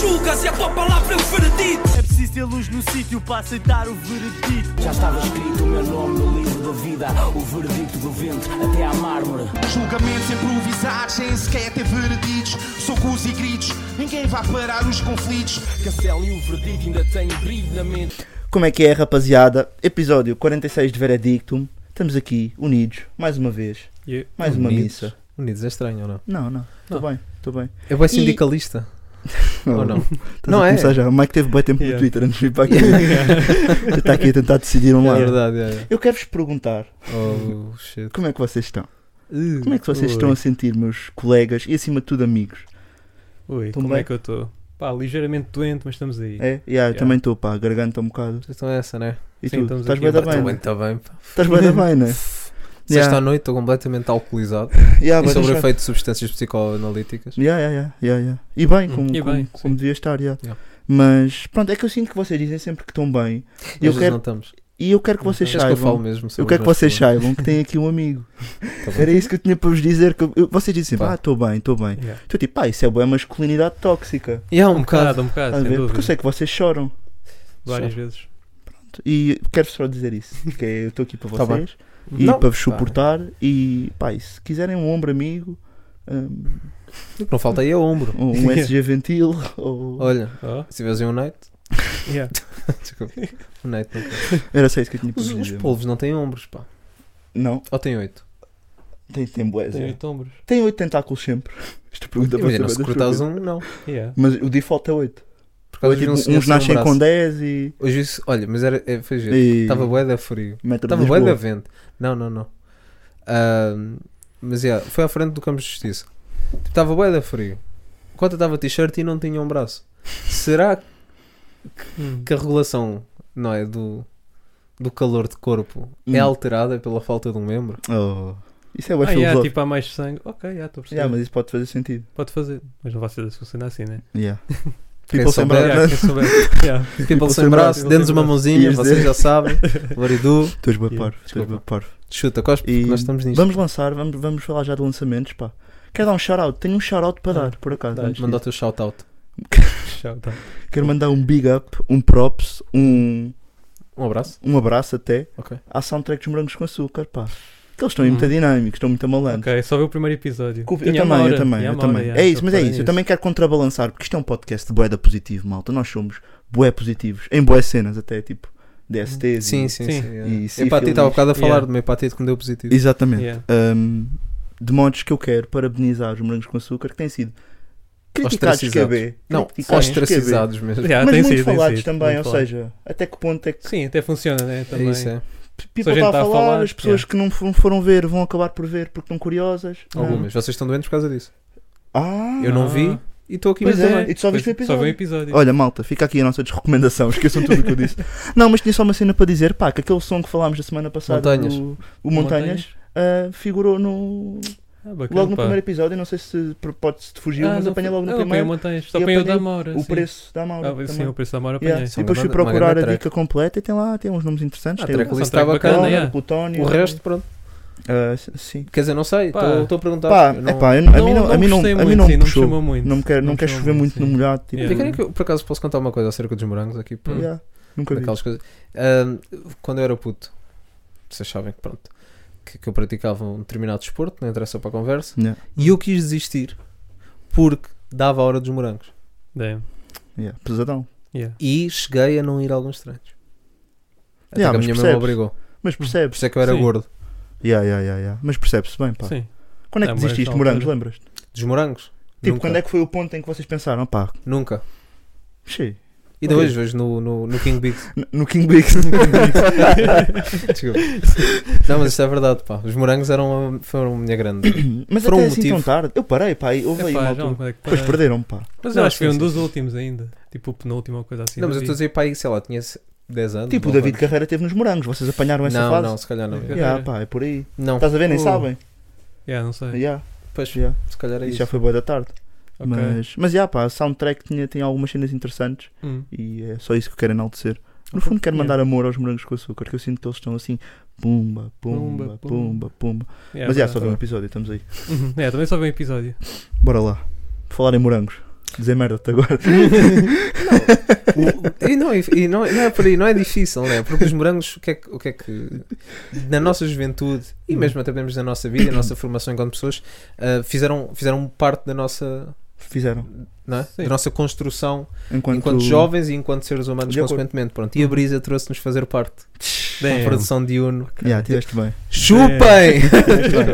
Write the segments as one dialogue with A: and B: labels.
A: julgas e a tua palavra é o veredito.
B: É preciso ter luz no sítio para aceitar o veredito.
C: Já estava escrito o meu nome no livro da vida, o veredito do vento até à mármore.
D: Julgamentos improvisados, sem sequer ter vereditos. Socos e gritos, ninguém vai parar os conflitos.
C: Castelo e o veredito ainda têm brilho na mente.
E: Como é que é, rapaziada? Episódio 46 de Veredictum. Estamos aqui, unidos, mais uma vez.
F: Yeah.
E: Mais uma
F: Unidos.
E: missa.
F: Unidos é estranho ou não?
E: Não, não. Estou bem, estou bem.
F: É bem
E: E-
F: sindicalista. Ou não?
E: Estás
F: Não
E: a
F: é?
E: começar já. O Mike teve bem tempo no
F: Yeah.
E: Twitter antes de vir para Tipo, aqui. Está aqui a tentar decidir um
F: É
E: lado.
F: verdade, é.
E: Eu quero vos perguntar
F: Oh, shit.
E: como é que vocês estão? Como é que vocês estão a sentir, meus colegas e acima de tudo amigos?
F: Ui,
E: Tão
F: como
E: bem?
F: é que eu estou? Pá, ligeiramente doente, mas estamos aí.
E: É? Yeah, Eu também estou, pá, a garganta um bocado.
F: Vocês estão essa, né?
E: E
F: Sim,
E: tu?
F: estamos
E: Estás
F: aqui
E: bem da
F: em
E: bem,
F: Barcelona.
G: Muito
E: né?
G: bem, pá.
E: Estás bem da bem, né?
F: tá Sexta à
E: Yeah. Tá
F: noite estou completamente alcoolizado
E: Yeah,
F: e
E: vai
F: sobre o
E: deixar.
F: efeito de substâncias psicoanalíticas.
E: Yeah, yeah, yeah, yeah, yeah. E bem,
F: Hum.
E: como,
F: E bem,
E: como, como devia estar, yeah.
F: Yeah.
E: Mas pronto, é que eu sinto que vocês dizem sempre que estão bem. E
F: Às
E: eu
F: vezes
E: quero,
F: não estamos.
E: e eu quero que vocês
F: Acho que eu falo
E: saibam.
F: mesmo sobre
E: Eu quero que
F: os meus
E: vocês
F: problemas.
E: saibam que tem aqui um amigo.
F: Tá bom.
E: Era isso que eu tinha para vos dizer. Que eu- eu- vocês dizem sempre,
F: Pá.
E: ah, estou bem, estou bem.
F: Yeah.
E: Estou tipo, pá, isso é boa masculinidade tóxica.
F: Yeah, um um bocado, bocado, um
E: Estás
F: bocado,
E: a
F: sem
E: ver? Porque eu
F: dúvida.
E: sei que vocês choram.
F: Várias vezes.
E: E quero só dizer isso, que é, eu estou aqui para
F: Tá bem.
E: vocês e
F: Não,
E: para vos
F: pá,
E: suportar. E pá, e se quiserem um ombro amigo, um,
F: O que não falta aí é o ombro.
E: um SG Ventil, ou.
F: Olha,
G: Oh.
F: se tivessem um night,
G: Yeah.
F: desculpa, um night não
E: Era só isso que eu tinha para
F: Os,
E: vos
F: os
E: dizer.
F: polvos não têm ombros, pá.
E: Não,
F: Ou têm oito?
E: tem, tem boés.
G: Tem
E: é.
G: oito ombros.
E: Tem oito tentáculos sempre. Esta pergunta vai ser
F: Imagina,
E: é bué
F: se
E: da
F: cortares
E: estúpida.
F: um, não.
G: Yeah.
E: Mas o default é oito.
F: Por
E: Ou
F: causa
E: é
F: de
E: tipo,
F: um senhor
E: uns
F: sem um
E: nascem com
F: braço.
E: 10 e.
F: Hoje isso, olha, mas era, é, foi giro.
E: e-
F: Estava bué da frio.
E: metro de
F: Estava bué da
E: Lisboa.
F: vento. Não, não, não. Ahm, mas yeah, foi à frente do campo de justiça. Tipo, Estava bué da frio. Enquanto eu estava t-shirt e não tinha um braço. Será
G: Hum.
F: que a regulação, não é, do, do calor de corpo é
E: Hum.
F: alterada pela falta de um membro?
E: Oh, Isso é bué
G: Ah, yeah,
E: filosófico.
G: tipo, há mais sangue. Ok, já estou a perceber.
E: Yeah, mas isso pode fazer sentido.
G: Pode fazer. Mas não vai ser funcionar assim, né?
E: Yeah.
F: Quem
E: People sem
F: souber,
E: braço.
G: Yeah, quem souber. Yeah.
F: People sem braço, dê-nos uma mãozinha,
E: Ias
F: vocês
E: dizer.
F: já sabem. Varidu,
E: Tu és bué
G: Yeah,
E: parvo, tu és bué
F: desculpa.
E: parvo.
F: chuta, cospe,
E: E
F: porque nós estamos nisto.
E: Vamos lançar, vamos, vamos falar já de lançamentos, pá. Quero dar um shout-out, tenho um shout-out para
G: Ah,
E: dar, por acaso.
G: dá-lhe.
E: antes
F: Manda o
E: disso.
F: teu shout-out.
G: Tchau, tá.
E: Quero mandar um big up, um props, um,
F: Um abraço.
E: um abraço até
F: Ok.
E: à soundtrack dos Morangos com Açúcar, pá. Que eles estão aí
G: Hum.
E: muito dinâmicos, estão muito malandros.
G: Ok, só vi o primeiro episódio.
E: Eu
G: Tinha uma
E: também, eu
G: hora,
E: também,
G: tinha
E: eu
G: uma hora,
E: também.
G: yeah,
E: É isso, mas é
G: só
E: isso. Eu também quero contrabalançar, porque isto é um podcast de boeda positivo, malta. Nós somos boé positivos, em boé cenas até, tipo DSTs.
F: Sim,
E: e-
G: Sim.
F: sim, sim. yeah.
E: E sífilis.
F: hepatite, estava um bocado a falar
G: Yeah.
F: de uma hepatite que me deu positivo.
E: Exatamente.
G: Yeah.
E: Ahm, de modos que eu quero parabenizar os morangos com açúcar que têm sido criticados
F: Ostracizados.
E: QB.
F: Não,
E: criticados QB,
F: ostracizados mesmo.
G: Yeah,
E: mas
G: tem
E: muito
G: sido, tem
E: falados
G: sido,
E: também,
G: muito
E: ou
G: falado.
E: seja, até que ponto é que
G: Sim, até funciona, né?
F: É
G: Também.
F: isso, é.
E: people
G: gente
E: está a
G: tá a
E: falar,
G: falar,
E: as pessoas
G: yeah.
E: que não foram, foram ver vão acabar por ver porque estão curiosas. não é?
F: Algumas. Vocês estão doentes por causa disso.
E: Ah,
F: Eu não
G: Ah.
F: vi e estou aqui
E: Pois
F: mesmo
E: é,
F: também.
E: e tu só viste o
G: Pois, Só vi um
E: episódio.
G: episódio.
E: Olha, malta, fica aqui a nossa desrecomendação. Esqueçam tudo o que eu disse. Não, mas tinha só uma cena para dizer: pá, que aquele som que falámos da semana passada,
F: Montanhas.
E: do- o Montanhas, ah, figurou no,
G: Ah, bacana,
E: logo no
G: pá.
E: primeiro episódio. Não sei se por- pode-se te fugir,
G: Ah,
E: mas
G: não
E: apanha
G: foi-
E: logo no
G: eu apanhei
E: primeiro
G: montanhas. Só
E: e
G: apanhei o da
E: apanhei
G: Maura.
E: o
G: sim.
E: preço da Maura.
G: Ah, sim, é
E: também.
G: o preço da Maura
E: Yeah,
G: apanhei.
E: E
F: Sim,
E: depois
F: uma
E: fui
F: grande- uma
E: procurar a
F: grande
E: dica completa e tem lá tem uns nomes interessantes.
F: Ah,
E: tem
F: track
E: o
G: são
F: list
G: track
F: estava
G: bacana,
F: calma.
E: Connor,
G: yeah.
E: o Plutónio.
F: O resto, pronto.
E: Ah, s- sim.
F: Quer dizer, não sei,
G: Pá.
F: estou estou a
G: Tá,
F: perguntar.
E: é. Pá,
F: Eu
E: é
F: não-
E: pá, eu não- a mim não- a mim não
G: gostei
E: a mim
G: muito,
E: não
G: sim,
E: me
G: me
E: puxou.
G: chamou muito.
E: Não me quer-
G: Não
E: não
G: me
E: quer
G: chamou
E: chover
G: muito,
E: muito no
G: sim.
E: molhado. tipo,
G: Yeah.
F: Ficarem que eu, por acaso, posso contar uma coisa acerca dos morangos aqui? Para...
E: yeah, Nunca vi.
F: daquelas coisas. Ahm, quando eu era puto, vocês sabem que pronto, que, que eu praticava um determinado desporto, não interessa para a conversa,
E: Yeah,
F: e eu quis desistir porque dava a hora dos morangos.
G: Damn. Hum.
E: yeah, Pesadão.
G: Yeah.
F: E cheguei a não ir a alguns treinos. Até
E: Yeah,
F: que a
E: mas
F: minha mãe me
E: percebes?
F: obrigou.
E: Mas
F: Por
E: percebes?
F: isso é que eu era
G: Sim.
F: gordo.
E: Yeah, yeah, yeah, yeah. Mas percebe-se bem, pá.
G: Sim.
E: Quando é que
G: Ah,
E: desististe
G: morangos
E: de
G: na
E: morangos,
G: altura.
E: lembras?
F: Dos morangos?
E: Tipo,
F: nunca.
E: quando é que foi o ponto em que vocês pensaram, pá,
F: Nunca.
E: che,
F: E ainda
E: Ok.
F: hoje vejo no, no, no King Big.
E: n- no King Bix.
F: Desculpa. não, mas isto é verdade, pá. Os morangos eram, foram a minha grande.
E: Mas
F: Por um
E: até assim
F: motivo.
E: tão tarde. Eu parei, pá, e houve aí
G: Epá,
E: uma
G: já não me
E: altura.
G: lembro quando é
E: Depois
G: que parei.
E: perderam, pá.
G: Mas eu
F: Não,
G: acho que foi
F: sim,
G: um
F: sim,
G: dos últimos ainda. Tipo o penúltimo ou coisa assim.
F: não, mas eu
G: vi.
F: estou a dizer, pá, aí, sei lá, tinha 10 anos.
E: Tipo, o
F: 9
E: David
F: anos.
E: Carreira teve nos morangos, vocês apanharam essa
F: Não,
E: fase?
F: não, se calhar não.
G: Ok.
E: Yeah, pá, é por aí.
F: Não,
E: Estás a ver, nem
G: Oh.
E: sabem.
G: Yeah, não sei.
E: Yeah,
F: pois,
E: yeah.
F: se calhar é
E: Isso
F: isso.
E: já foi boa da tarde.
G: Ok.
E: Mas, mas yeah, pá, a soundtrack tinha, tem algumas cenas interessantes
G: Hum.
E: e é só isso que eu quero enaltecer. No fundo, quero mandar amor aos morangos com açúcar, que eu sinto que eles estão assim, pumba,
G: Pumba,
E: pumba, pumba,
G: pumba.
E: pumba.
G: Yeah,
E: mas já, só
G: É verdade.
E: de um episódio, estamos aí.
G: Uhum. É, também só vi um episódio.
E: Bora lá. Falar em morangos. Dizer merda-te agora.
F: O- e não, e, e não, não é por aí, não é difícil, não é? Porque os morangos, o que é que, o que, é que na nossa juventude
E: Uhum.
F: e mesmo até mesmo na nossa vida, na nossa formação enquanto pessoas, ah, fizeram, fizeram parte da nossa,
E: Fizeram.
F: não é? da
G: Sim.
F: nossa construção
E: Enquanto,
F: enquanto jovens e enquanto seres humanos,
E: De acordo. Uhum.
F: consequentemente. Pronto. E a Brisa trouxe-nos fazer parte da
G: Damn.
F: produção de Uno.
E: Yeah, tiveste bem.
F: Chupem!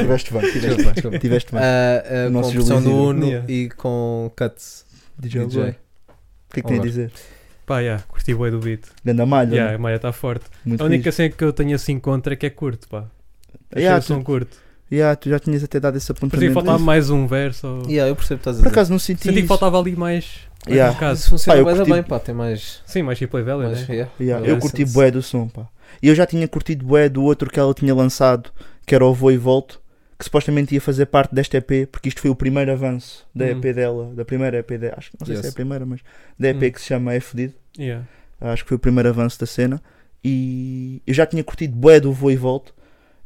E: Tiveste bem, tiveste bem, tiveste bem.
F: Desculpa.
E: Tiveste bem.
F: Ah, ah,
E: O
F: com a
E: nosso
F: produção do
E: Julizinho.
F: Uno
G: Yeah.
F: e com Cuts
E: DJ,
F: DJ.
E: Agora. o que é que tem a
F: Agora.
E: dizer?
G: Pá, yeah, curti bem do beat.
E: Ganda malha.
G: Yeah,
E: né?
G: a malha está forte.
E: Muito
G: a única
E: única...
G: cena que eu tenho assim contra é que é curto, pá. Achei
E: Yeah,
G: o som curto.
E: yeah, tu já tinhas até dado esse
G: Parecia
E: apontamento.
G: que faltava mais um verso. Ou...
F: Yeah, eu percebo o que estás a
E: Por
F: dizer.
E: acaso não senti.
G: Senti que
E: isso.
G: faltava ali mais. mais
E: Yeah.
G: um bocado.
F: Isso funciona
E: Pá, Ah, eu
F: bué da
E: curti-
F: bem, pá, tem mais.
G: Sim, mais replay value,
F: mais-
G: né?
F: yeah.
E: Yeah,
F: Olha,
E: eu curti
F: sente-se.
E: bué do som, pá. E eu já tinha curtido bué do outro que ela tinha lançado, que era o Vou e Volto, que supostamente ia fazer parte desta EP, porque isto foi o primeiro avanço da EP dela, da primeira EP dela, acho que não sei se é
F: Yes.
E: a primeira, mas da EP
G: Hum.
E: que se chama É Fudido,
G: Yeah.
E: acho que foi o primeiro avanço da cena, e eu já tinha curtido bué do Vou e Volto,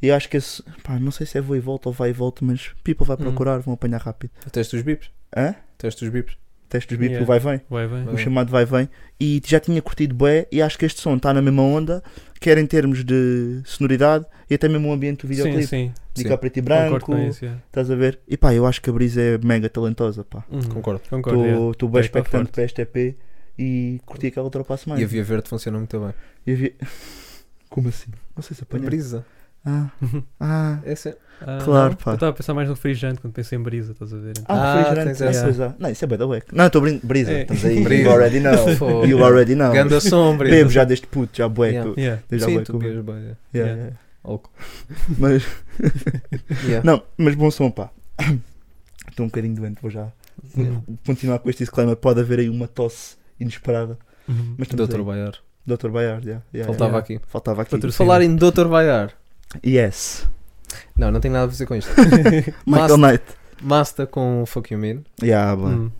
E: e eu acho que esse, pá, não sei se é Vou e Volto ou Vai e Volto, mas people vai
G: Hum.
E: procurar, vão apanhar rápido.
F: Teste os bips.
E: Hã?
F: Teste os bips.
E: Teste dos beats,
G: Yeah.
E: o vai vem.
G: Vai, vai.
F: Vai.
E: o chamado vai vem e já tinha curtido bué e acho que este som está na mesma onda quer em termos de sonoridade e até mesmo o ambiente
G: Sim,
E: do videoclipe
G: sim.
E: de
F: sim.
E: cá preto e
G: Concordo
E: branco
G: com isso. yeah.
E: estás a ver e pá eu acho que a Brisa é mega talentosa pá
G: Uhum.
F: Concordo.
G: Concordo. yeah.
E: estou bem
G: Tá aí, tá
E: expectante
G: forte.
E: para este EP e curti aquela outra para a semana
F: E a Via Verde funciona muito bem.
E: E havia- como assim? não sei se apanhei
F: Brisa.
E: ah,
G: Uhum.
E: ah,
F: Essa é-
G: Ah,
E: Claro,
G: não?
E: pá.
G: Eu estava a pensar mais no refrigerante quando pensei em brisa, estás a ver? Então,
E: ah,
F: Ah,
E: refrigerante.
F: tens essa.
E: Ah, pois é. não isso é bué da wack não estou brincando Brisa
G: É.
E: estamos aí
F: Brisa.
E: you already know
F: Fogo.
E: you already know
F: Ganda sombra.
E: bebo já deste puto já bué
F: Yeah.
E: tu-
G: yeah.
E: eu já
F: Sim,
E: bué
F: tu
E: com-
F: bebes bem. é.
E: Yeah,
G: Yeah.
E: yeah.
F: Álcool.
E: Mas,
F: Yeah.
E: não, mas bom som, pá. Estou um bocadinho doente, vou já
F: Yeah.
E: continuar com este disclaimer. Pode haver aí uma tosse inesperada.
G: Uhum.
E: Mas estamos
F: Doutor
E: aí.
F: Baiar.
E: Dr. Bayard, yeah, yeah,
F: Faltava
E: yeah.
F: aqui.
E: Faltava aqui.
F: Por falar em Doutor Baiar.
E: Yes.
F: Não, não tem nada a ver com isto.
E: Michael Knight.
F: Masta com o Fuck You Mean.
E: Yeah, boy.
G: Hum.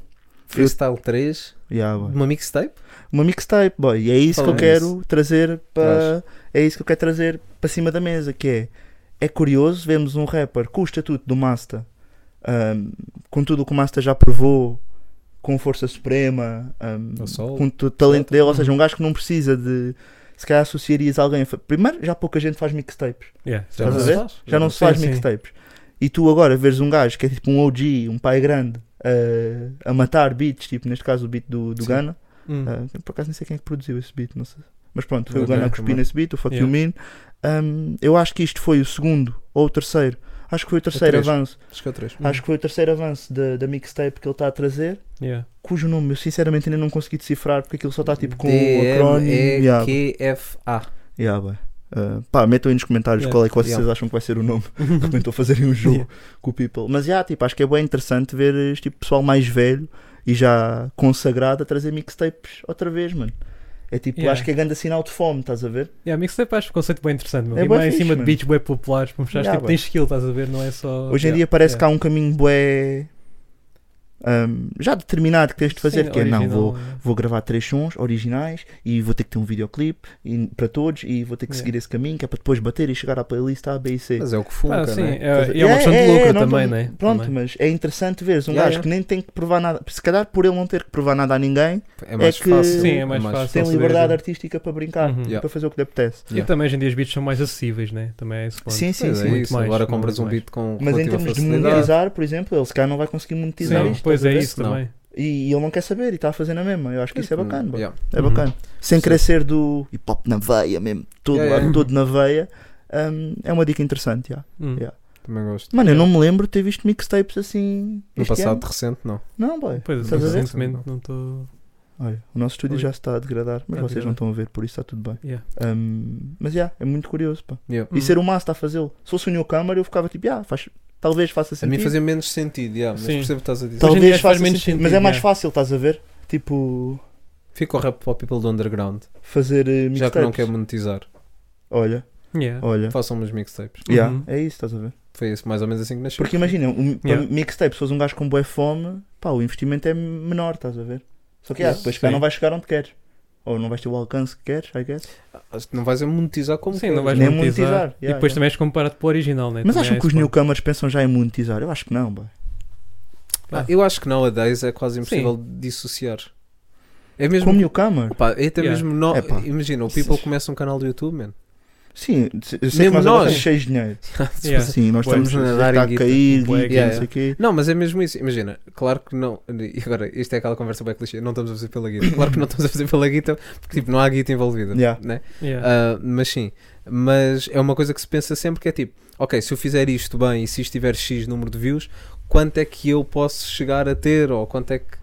F: Freestyle 3.
E: Yeah, boy.
F: Uma mixtape.
E: Uma mixtape, boy. E é isso que eu
F: Falando
E: quero trazer para. É isso que eu quero trazer para cima da mesa, que é. É curioso, vemos um rapper com o estatuto do Masta, ahm, com tudo o que o Masta já provou, com força suprema, ahm,
F: O Sol.
E: com o talento dele, ou seja, um gajo que não precisa de. Se calhar associarias alguém. a fa- Primeiro, já pouca gente faz mixtapes.
G: Yeah.
E: Estás a
F: se
E: ver?
F: faz.
E: Já não se
G: Sim,
E: faz
G: sim.
E: mixtapes. E tu agora veres um gajo que é tipo um OG, um pai grande, a- a matar beats, tipo neste caso o beat do, do
F: Sim.
E: Gana.
G: Hum.
E: Ah, eu por acaso nem sei quem é que produziu esse beat, não sei. Mas pronto, foi o
F: Ok,
E: Gana a cuspir
F: também.
E: nesse beat, o Fuck
G: Yeah.
E: You Mean. Ahm, eu acho que isto foi o segundo ou o terceiro. Acho que foi o terceiro
F: três.
E: avanço.
F: Acho que é o 3.
E: Acho que foi o terceiro avanço da, da mixtape que ele está a trazer.
G: Yeah.
E: Cujo nome eu sinceramente ainda não consegui decifrar porque aquilo só está tipo com o acrónimo. Yeah,
F: D-E-Q-F-A.
E: Yeah, bué. Ah, pá, metam aí nos comentários
G: Yeah.
E: qual é que vocês
F: Yeah.
E: acham que vai ser o nome. De repente a fazerem um jogo
G: Yeah.
E: com o People. Mas yeah, tipo, acho que é bem interessante ver este tipo, pessoal mais velho e já consagrado a trazer mixtapes outra vez, mano. É tipo,
G: Yeah.
E: acho que é grande sinal de fome, estás a ver?
G: Yeah, mixtape acho um conceito bem interessante, meu.
E: É
G: e
E: bué
G: mais em
E: fixe,
G: cima de
E: mano.
G: beats bem populares, para mostrar
E: Yeah,
G: tipo,
E: bué.
G: tem skill, estás a ver? Não é só.
E: Hoje em
G: Yeah.
E: dia parece
G: Yeah.
E: que há um caminho bué ahm, já determinado que tens de fazer,
G: Sim,
E: que é não,
G: original,
E: vou,
G: yeah.
E: vou gravar três sons originais e vou ter que ter um videoclipe e- para todos e vou ter que
G: Yeah.
E: seguir esse caminho que é para depois bater e chegar à playlist A, B e C.
F: Mas é o que
G: Ah,
F: funca,
G: sim,
F: né?
G: é, e é uma questão de lucro
E: não
G: também,
E: tô-
G: né?
E: Pronto,
G: Também.
E: mas é interessante veres um
F: Yeah,
E: gajo
F: yeah.
E: que nem tem que provar nada. Se calhar por ele não ter que provar nada a ninguém,
F: É mais
E: é que-
F: fácil.
G: Sim, é mais fácil.
E: tem
G: Sim,
E: liberdade
G: sim.
E: artística para brincar,
G: Uhum.
F: Yeah.
E: para fazer o que lhe apetece.
G: E
F: Yeah.
G: também hoje em dia os beats são mais acessíveis, né? Também é esse ponto.
E: Sim, sim,
F: Pois
E: sim.
F: é
G: muito
F: isso.
G: mais,
F: Agora
G: muito
F: compras um
G: mais.
F: beat com
E: Mas é tipo em
F: relativa
E: termos de
F: facilidade.
E: monetizar, por exemplo, ele se calhar não vai conseguir monetizar
G: Não,
E: isto.
G: pois
E: estás
G: é
E: a ver?
G: isso
F: Não.
G: também.
E: E ele não quer saber e está a fazer na mesma. Eu acho que isso é bacana. bro.
F: Hum, Yeah.
E: É
G: Uhum.
E: bacana. Sem
F: Sim.
E: crescer do hip hop na veia mesmo, todo,
F: Yeah, yeah.
E: todo na veia. hum, é uma dica interessante, yeah.
G: Hum.
E: Yeah.
F: Também gosto.
E: Mano, eu não me lembro de ter visto mixtapes assim.
F: No
E: este
F: passado
E: ano.
F: recente, não.
E: Não, boy.
G: Pois,
E: Estás a ver?
G: recentemente não estou.
E: Olha, o nosso estúdio
G: Oi.
E: já se está a degradar, mas
F: Ah,
G: Está a
E: vocês não estão a ver, por isso está tudo bem.
G: Yeah.
E: Ahm, mas já, é muito curioso, pá.
F: Yeah.
E: E ser o Masta a fazê-lo. Se fosse o Newcomer, eu ficava tipo, ah, faz, talvez faça
F: A mim
E: sentido.
F: fazia menos sentido, yeah, mas
G: Sim.
F: percebo o que estás a dizer.
G: Hoje em dia
E: Talvez
G: faz
E: faça
G: menos
E: sentido, mas é
G: sentido,
E: mais
G: é.
E: fácil, estás a ver? Tipo,
F: Fica o rap para o people do underground,
E: fazer eh,
F: já que não Uhum. quer
E: mixtapes.
F: monetizar.
E: Olha,
G: Yeah.
E: olha.
F: Façam umas mixtapes.
E: Yeah,
G: Uhum.
E: É isso, estás a ver?
F: Foi isso, mais ou menos assim que nasceu.
E: Porque imagina, um, para
G: Yeah.
E: mixtape, se fores um gajo com boa fome, pá, o investimento é menor, estás a ver? Só que ah,
F: Yeah.
E: depois cá
G: Sim.
E: não vais chegar onde queres. Ou não vais ter o alcance que queres, I guess.
F: Acho que não vais a monetizar como
G: Sim,
F: queres.
G: não vais
E: Nem
G: monetizar.
E: monetizar.
G: E
E: Yeah,
G: depois
E: yeah.
G: também és comparado pelo original, né?
E: Mas
G: Também
E: acham
G: é
E: que os
G: esse ponto.
E: newcomers pensam já em monetizar? Eu acho que não, boy.
F: Ah, eu acho que nowadays é quase impossível dissociar. É mesmo.
E: Como Newcomer?
F: Pá, é até
G: Yeah.
F: mesmo no-
E: Epá.
F: Imagina, o People começa um canal do YouTube, man.
E: Sim, eu sei
F: Mesmo
E: que nós agora
F: nós.
E: estamos cheios de dinheiro.
G: Yeah.
E: Sim, nós
F: Bué,
E: estamos
F: a
E: a
F: dar em
E: está a
F: guita.
E: cair,
G: Bué,
E: guita,
F: yeah.
E: não sei o quê.
F: Não, mas é mesmo isso. Imagina, claro que não. E agora, isto é aquela conversa bem clichê. Não estamos a fazer pela guita. Claro que não estamos a fazer pela guita, porque tipo, não há guita envolvida.
E: Yeah.
F: Né?
G: Yeah.
F: Ah, mas sim. Mas é uma coisa que se pensa sempre que é tipo, ok, se eu fizer isto bem e se isto tiver X número de views, quanto é que eu posso chegar a ter? Ou quanto é que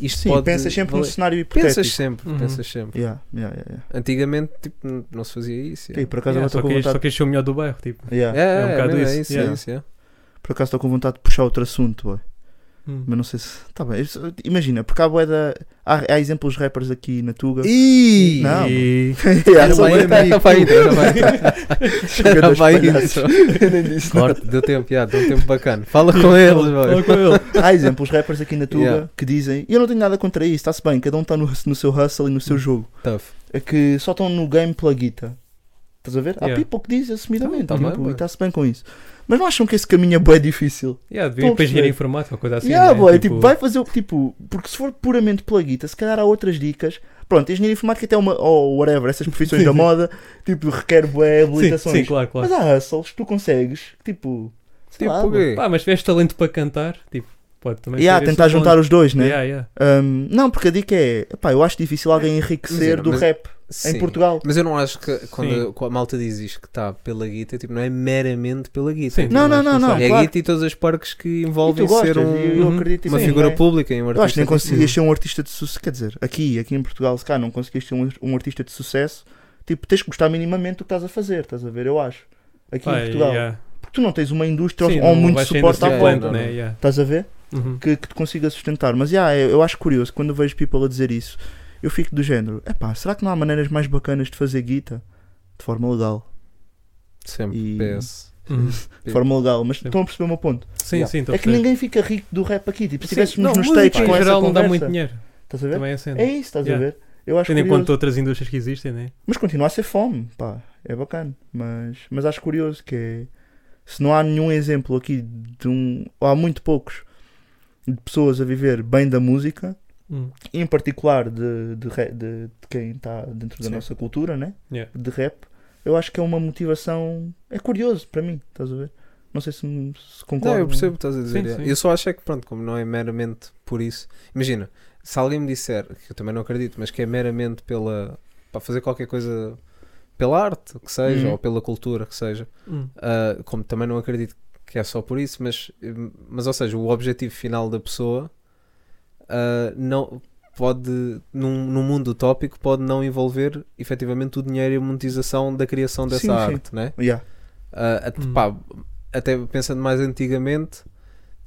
F: isto
E: Sim,
F: pode
E: pensas sempre num
F: valer?
E: cenário
F: Pensas
E: hipotético.
F: sempre,
G: Uhum.
F: pensas sempre.
E: Yeah, yeah, yeah, yeah.
F: Antigamente, tipo, n- não se fazia isso.
E: Ei,
F: yeah.
E: por
G: Yeah,
E: acaso agora
G: só,
E: estou com
G: queres, só
E: vontade.
G: queres ser o melhor do bairro, tipo.
E: Yeah.
F: É, é,
G: um bocado
F: mesmo, é
G: isso,
F: isso,
G: yeah.
F: é isso, yeah.
E: Por acaso estou com vontade de puxar outro assunto, bué.
G: Hum.
E: mas não sei se. Tá bem, eu só- imagina, porque há bué da. Há, há exemplos de rappers aqui na Tuga.
F: Ih!
E: Não.
G: E-
E: Yeah, só
F: vai
E: bué-
F: entrar, vai entrar, já vai entrar.
E: tá Chega
F: Já
E: dos
F: vai
E: palhaços.
F: entrar. Corte, deu tempo, já, deu um tempo bacana. Fala com eles,
G: Tipo, Fala
F: mano.
G: com ele.
E: Há exemplos de rappers aqui na Tuga
F: Yeah.
E: que dizem. E eu não tenho nada contra isso, está-se bem, cada um está no, no seu hustle e no
F: Hum.
E: seu jogo.
F: Tough.
E: É que só estão no game pela guita. Estás a ver? Há
G: Yeah.
E: people que diz assumidamente,
F: Tá, tá bem,
E: tipo,
F: bué.
E: e está-se bem com isso. Mas não acham que esse caminho é bué difícil?
G: Yeah, devia ir
E: Estão a
G: para
E: perceber.
G: engenharia informática ou coisa assim.
E: yeah,
G: né?
E: boy, tipo, vai fazer o tipo, porque se for puramente pela guita, se calhar há outras dicas. Pronto, engenharia informática até é uma, ou whatever, essas profissões da moda, tipo, requer bué
G: sim,
E: habilitações.
G: sim, claro, claro.
E: Mas há hustles que tu consegues, que, tipo, sei
F: Tipo,
E: lá,
F: o
E: boy.
F: quê?
G: Pá, mas se tiveres talento para cantar, tipo, pode também
E: E há,
G: ser esse
E: tentar
G: o
E: juntar
G: ponto.
E: os dois, né?
G: Yeah, yeah.
E: Hum, não, porque a dica é, pá, eu acho difícil alguém enriquecer
F: Mas-
E: do
F: mas-
E: rap
F: É, Sim.
E: em Portugal.
F: Mas eu não acho que quando
G: Sim.
F: a, a malta diz isto que está pela guita, tipo, não é meramente pela guita.
G: Sim.
E: Não, não,
G: mas
E: não,
G: não
E: não,
F: é a
E: claro.
F: guita e todas as parques que
E: E
F: envolvem
E: tu gostas,
F: ser um-
E: e eu
G: uhum,
E: acredito
F: uma
E: em ti,
F: figura
E: né?
F: pública e um artista.
E: Eu acho que nem
F: tipo-
E: conseguias ser um artista de sucesso. Quer dizer, aqui, aqui em Portugal, se calhar não conseguiste ser um, um artista de sucesso, tipo, tens que gostar minimamente do que estás a fazer, estás a ver? Eu acho. Aqui
G: Pá,
E: em Portugal.
G: yeah.
E: Porque tu não tens uma indústria
G: Sim,
E: ou
G: não
E: muito
G: vais ser
E: suporte à
G: indústria
F: planta,
E: volta.
G: plant, né? Yeah.
E: Estás a ver?
G: Uhum.
E: Que, que te consiga sustentar. Mas yeah, eu, eu acho curioso, quando eu vejo people a dizer isso, eu fico do género: epá, será que não há maneiras mais bacanas de fazer guita? De forma legal.
F: Sempre,
E: E-
F: PS.
G: Uhum.
E: De forma legal. Mas
G: Sim.
E: estão a perceber o meu ponto?
G: Sim,
E: Yeah.
G: sim, estou a
E: É que
G: perceber.
E: ninguém fica rico do rap aqui. Tipo, se
G: Sim,
E: estivéssemos
G: não,
E: nos
G: música
E: takes
G: em
E: com essa
G: geral não dá muito
E: conversa.
G: dinheiro.
E: Estás a ver?
G: Também é sendo.
E: É isso, estás
G: Yeah.
E: a ver? Eu acho
G: Tendo em
E: curioso.
G: conta outras indústrias que existem, né?
E: Mas continua a ser fome, pá, é bacana. Mas, mas acho curioso que é. Se não há nenhum exemplo aqui de um. Ou há muito poucos de pessoas a viver bem da música,
G: Hum.
E: em particular de, de, re- de- de quem está dentro da
G: Sim.
E: nossa cultura, né?
G: Yeah.
E: De rap, eu acho que é uma motivação. É curioso para mim, estás a ver? Não sei se, me- se concordo. né?
F: Não, eu percebo o que estás a dizer.
G: Sim,
F: é.
G: sim.
F: Eu só acho é que, pronto, como não é meramente por isso. Imagina, se alguém me disser, que eu também não acredito, mas que é meramente pela. para fazer qualquer coisa pela arte, que seja,
E: Uhum.
F: ou pela cultura, que seja.
G: Hum.
F: Ah, como também não acredito que é só por isso, mas, mas ou seja, o objetivo final da pessoa ah, não pode, num, num mundo utópico, pode não envolver efetivamente o dinheiro e a monetização da criação dessa
E: Sim, sim.
F: arte, né?
E: Yeah.
F: Ah, at-
G: Hum.
F: pá, até pensando mais antigamente,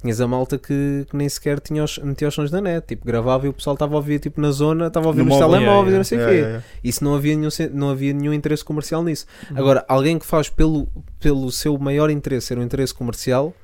F: tinhas a malta que, que nem sequer tinha os, metia os sons na net, tipo, gravava e o pessoal estava a ouvir tipo, na zona, estava a ouvir
E: No
F: nos
E: móvel,
F: telemóveis,
G: yeah,
F: não sei o
E: Yeah,
F: quê.
E: yeah, yeah.
F: Isso não havia nenhum, sen- não havia nenhum interesse comercial nisso.
G: Hum.
F: Agora, alguém que faz pelo, pelo seu maior interesse ser um interesse comercial,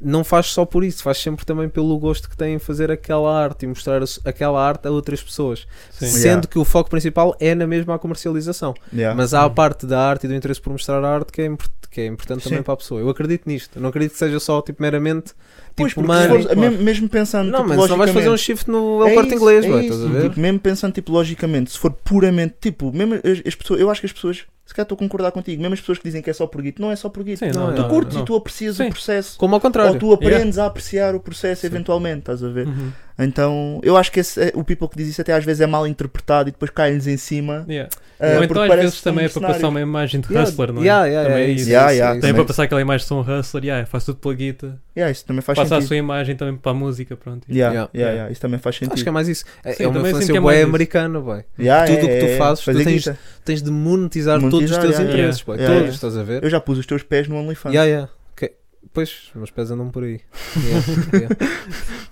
F: não faz só por isso, faz sempre também pelo gosto que tem em fazer aquela arte e mostrar a su- aquela arte a outras pessoas.
G: Sim.
F: Sendo
E: Yeah.
F: que o foco principal é na mesma a comercialização.
E: Yeah.
F: Mas há a
G: Hum.
F: parte da arte e do interesse por mostrar a arte que é, impor- que é importante também
E: Sim.
F: para a pessoa. Eu acredito nisto. Eu não acredito que seja só tipo, meramente
E: Pois,
F: tipo,
E: porque se
F: humano.
E: fores- mesmo, mesmo pensando
F: Não, mas não vais fazer
E: tipologicamente-
F: um shift no El
E: É
F: Corte
E: isso,
F: Inglês,
E: é
F: vai,
E: isso.
F: estás a ver?
E: Tipo, mesmo pensando tipo, logicamente, se for puramente tipo, mesmo as, as pessoas, eu acho que as pessoas, se calhar estou a concordar contigo, mesmo as pessoas que dizem que é só por guito, não é só por guito.
G: Sim,
F: não,
G: não,
E: tu
G: não,
E: curtes
G: não.
E: e tu aprecias o
G: Sim.
E: processo.
F: Como ao contrário.
E: Ou tu aprendes a apreciar o processo eventualmente, estás a ver?
G: Uhum.
E: Então, eu acho que esse- é- o people que diz isso até às vezes é mal interpretado e depois cai-lhes em cima.
G: Yeah.
E: ah,
G: Ou
E: porque
G: então às
E: parece
G: vezes
E: que
G: também é
E: estão
G: para
E: num
G: passar uma
E: cenário.
G: imagem de
F: Yeah,
G: hustler, não é?
F: yeah, yeah,
G: Também
F: é
G: é
F: isso,
G: isso.
F: é
E: Yeah,
F: isso,
E: yeah,
F: é
G: Também
F: isso.
G: para passar aquela imagem de som hustler, yeah, faço tudo pela guita,
E: Yeah, isso também faz
G: passa a
E: sentido.
G: sua imagem também para a música, pronto.
E: Yeah,
F: Yeah.
E: yeah,
G: Yeah.
E: yeah, Isso também faz sentido.
F: Acho que é mais isso. É,
G: Sim,
F: é uma
G: também sinto
F: influência
G: que é
F: bué
G: mais isso.
F: americana, boy.
E: Yeah,
F: tudo o
E: é,
F: que tu
E: é,
F: fazes, tu
E: fazer
F: tens-
E: guita.
F: Tens de monetizar, todos os
E: Monetizar,
F: teus
E: yeah,
F: interesses,
G: yeah.
F: boy.
E: Yeah,
F: todos,
E: yeah.
F: estás a ver?
E: Eu já pus os teus pés no OnlyFans.
F: Yeah, yeah. Ok. Pois, os meus pés andam por aí. Yeah, yeah.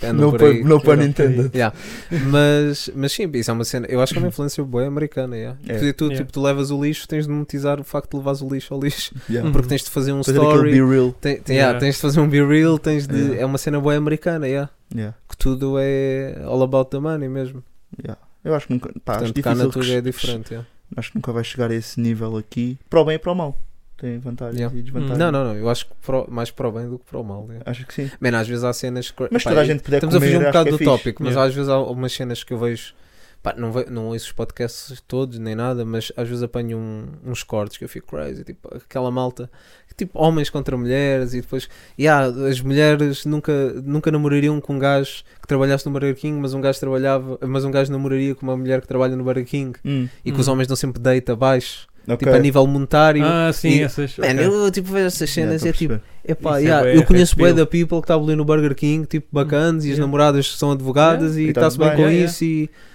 F: Andam
E: No
F: por
E: pun-
F: aí.
E: no pun
F: Andam-
E: intended.
F: Yeah. Mas, mas sim, isso é uma cena. Eu acho que é uma influência boa americana. Yeah.
E: É.
F: Porque tu,
G: Yeah.
F: tipo, tu levas o lixo, tens de monetizar o facto de levares o lixo ao lixo.
E: Yeah.
G: Uhum.
F: Porque tens de fazer um
E: Fazer aquele
F: story.
E: be real.
F: Tem, tem- yeah,
G: Yeah.
F: tens de fazer um be-real. Tens de.
E: Yeah.
F: É uma cena boa americana. Yeah.
E: Yeah,
F: Que tudo é all about the money mesmo.
E: yeah. Eu acho que nunca. Pá, Ah, acho
F: Portanto, cá na
E: difícil
F: tua
E: que-
F: é diferente. yeah.
E: Acho que nunca vai chegar a esse nível aqui, para o bem e para o mal. Tem vantagens
F: Yeah.
E: e desvantagens.
F: Não, não, não. Eu acho que pro- mais para o bem do que para o mal. é.
E: Acho que sim.
F: Mano, às vezes há cenas que.
E: Mas
F: pá,
E: toda a
F: eu-
E: gente puder
F: Estamos
E: comer,
F: a fugir um
E: acho
F: bocado
E: que é
F: do
E: fixe.
F: tópico, mas
G: Yeah.
F: às vezes há umas cenas que eu vejo. Pá, não, ve- não ouço os podcasts todos nem nada, mas às vezes apanho um- uns cortes que eu fico crazy. Tipo, aquela malta. que, Tipo, homens contra mulheres e depois. Yeah, as mulheres nunca, nunca namorariam com um gajo que trabalhasse no Burger King, mas um gajo trabalhava. Mas um gajo namoraria com uma mulher que trabalha no Burger King
E: Hum,
F: e que os
G: Hum.
F: homens dão sempre date abaixo.
E: ok.
F: Tipo, a nível monetário.
G: Ah, sim,
F: e-
G: essas.
F: Mano,
G: ok.
F: eu tipo vejo essas cenas
E: Yeah, estou a
F: é tipo.
E: perceber.
F: Epá,
G: Isso é
F: yeah,
G: bué
F: eu conheço
G: red
F: bué
G: pill.
F: da people que estavam ali no Burger King, tipo, bacanas, e as
G: Yeah.
F: namoradas são advogadas
E: Hum. E
F: e
E: tá-se
F: está-se bem,
E: bem.
F: com
G: Yeah,
F: isso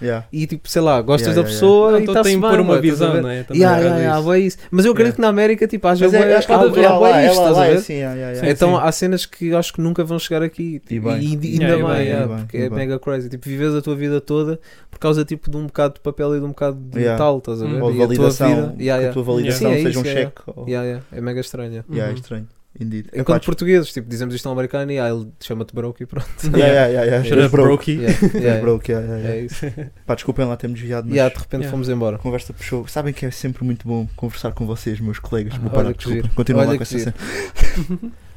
E: Yeah.
F: E, e tipo, sei lá, gostas
E: Yeah,
F: da
E: yeah,
F: pessoa
G: Não,
F: e
G: então
F: está-se
G: tem
F: bem,
G: que pôr uma
F: bué, estás a
G: visão,
F: ver?
E: né?
G: não é? Também
F: Yeah,
G: por
F: yeah,
G: causa
F: yeah,
G: disso.
F: bué isso. Mas eu acredito
G: Yeah.
F: que na América, tipo, às
E: Mas
F: vezes
E: é, acho que lá,
G: há-
E: lá,
F: há
E: lá,
F: bué
E: é
F: isto,
E: lá,
F: estás
E: lá
F: a
E: é
F: ver?
E: assim. yeah, yeah,
G: Sim.
E: yeah.
F: Então há cenas que acho que nunca vão chegar aqui. tipo,
E: E bem.
F: e ainda
G: Yeah, e bem,
F: bem, yeah,
E: e bem,
F: porque
E: e
F: é
E: bem.
F: mega crazy. Tipo, vives a tua vida toda por causa tipo, de um bocado de papel e de um bocado de
E: Yeah.
F: metal, estás a
G: Hum.
F: ver?
E: Ou
F: E a tua
E: validação,
F: vida- yeah,
E: que a
F: yeah.
E: tua validação
F: Sim, é
E: seja um
F: isso, é,
E: cheque. ou-
F: Yeah, yeah, É mega estranho. yeah.
E: Yeah, é
G: Uhum.
E: estranho. Indeed. É
F: Enquanto
E: pá,
F: portugueses, tipo, dizemos isto a um americano e ah, ele chama-te broke e pronto.
E: Yeah, yeah, yeah, yeah.
G: Shut
E: És
G: up,
E: broke.
G: brokey.
F: Yeah,
E: És
F: yeah,
E: broke, yeah, yeah, yeah.
F: É isso.
E: Pá, desculpem lá termos desviado, mas
F: Yeah, de repente
G: Yeah.
F: fomos
E: a
F: embora.
E: conversa puxou. Sabem que é sempre muito bom conversar com vocês, meus colegas. Vou
F: Ah, Olha
E: parar,
F: que
E: desculpa.
F: giro.
E: Continua lá
F: Olha
E: com
F: que
E: essa cena.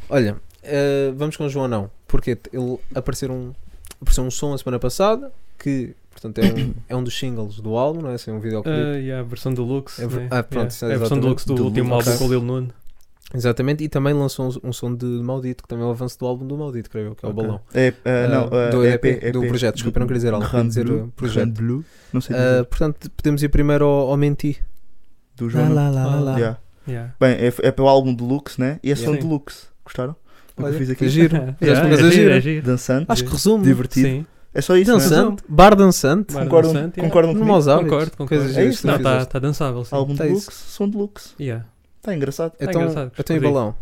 F: Olha, eh, vamos com o João não. Porque ele apareceu um, apareceu um som a semana passada que, portanto, é um, é um dos singles do álbum, não é? Assim, um videoclipe.
G: Ah, yeah, a versão deluxe.
F: É ver-
G: né?
F: ah, pronto,
G: Yeah. É a versão
F: exatamente.
G: deluxe do,
E: Deluxe.
G: último álbum com o Lil Nun.
F: Exatamente. E também lançou um, um som de Maldito, que também é o avanço do álbum do Maldito, creio eu, que é o Balão.
E: É, ah, não,
F: Ah,
E: ah,
F: do
E: EP,
F: EP, do projeto, desculpa, eu não queria dizer álbum, queria
E: Grand
F: dizer,
E: Blue,
F: uh, projeto.
E: Grand Blue, não sei
F: Eh,
E: dizer,
F: portanto, podemos ir primeiro ao, ao Menti.
E: do João. não.
G: lá, lá.
E: Yeah.
G: Yeah.
E: Bem, é, é para o álbum Deluxe, né? E é som
G: Yeah. Sim.
E: Deluxe. Gostaram? Do que
F: Olha,
E: fiz aqui?
F: é giro.
G: Yeah,
F: mas é
G: é giro,
F: giro.
G: é giro.
E: Dançante,
F: Acho que resume.
E: divertido.
G: Sim.
E: É só isso, né? um-
F: Dançante, bar dançante.
G: Bar
E: Concordam,
G: dançante, yeah.
E: concordam comigo?
F: Maus hábitos.
G: Concordo, concordo.
F: Coisas
E: É
F: giras que
E: isso,
F: tu
G: Não, está
F: fizeste.
G: tá dançável, sim.
E: Álbum
F: Tá
E: Deluxe,
F: isso.
E: som Deluxe.
G: Yeah.
E: Está engraçado.
G: Tá
F: Então,
G: engraçado,
F: então e
G: gostei.
F: Balão?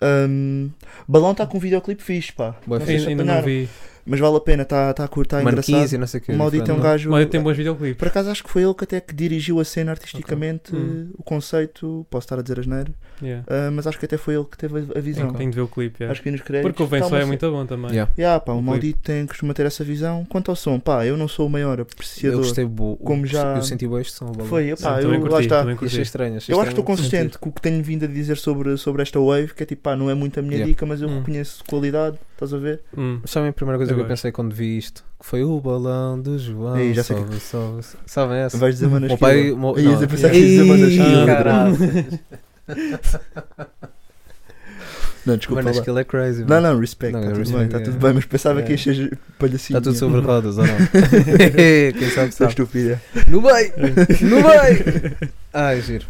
E: Ahm, Balão está com um videoclipe fixe, pá.
F: Boa
E: Não sei se
G: Ainda ainda não
E: apanharam,
G: vi.
E: mas vale a pena, está tá, a cur- tá engraçado.
F: Marquise e não sei o que.
E: O Maldito é um
F: Fernando.
E: gajo.
G: Mas tem bons videoclipes.
E: Por acaso acho que foi ele que até que dirigiu a cena artisticamente,
G: Ok. Hum.
E: o conceito, posso estar a dizer asneira,
G: Yeah.
E: ah, mas acho que até foi ele que teve a- a visão.
G: Tenho de ver o clipe, yeah.
E: Acho que aí nos créditos.
G: Porque o Vem
E: tá
G: Só
E: uma
G: é
E: ce-
G: muito bom também.
F: Yeah.
E: Yeah, pá, o
G: Ok.
E: maldito tem, costuma ter essa visão. Quanto ao som, pá, eu não sou o maior
F: Eu
E: apreciador.
F: gostei bo...
E: Como
F: eu-
E: já-
F: Eu senti bem este som. Balão.
E: Foi,
G: Sim,
E: pá,
G: também
E: eu, lá
G: curti,
E: está.
G: também
F: E
G: curti.
F: Achei estranho. Achei
E: Eu acho que estou
F: estranho.
E: consistente com o que tenho vindo a dizer sobre, sobre esta wave, que é tipo, pá, não é muito a minha
F: Yeah.
E: dica, mas eu
G: Hum.
E: reconheço qualidade, estás a ver?
G: Hum.
F: Sabem a primeira coisa
G: Eu
F: que eu
G: gosto.
F: pensei quando vi isto? Que foi o balão do João.
E: Ei, já sei
F: sobe, sobe, sobe. Sabem essa?
E: Vais dizer Manas
F: meu pai.
E: Killer.
F: Meu...
E: Aí ias a pensar que ias dizer Manas Killer. Não, desculpa
F: Manas
E: lá.
F: Kill é crazy.
E: Não, não, respect,
F: Não,
E: está tudo
F: respect,
E: bem, está
F: é.
E: tudo bem, mas pensava
F: É.
E: que ias ser palhacinho.
F: Está Tá tudo sobre rodas ou não? Quem sabe
E: Sou
F: sabe.
E: estúpida.
F: No bem! No bem! Ai, giro.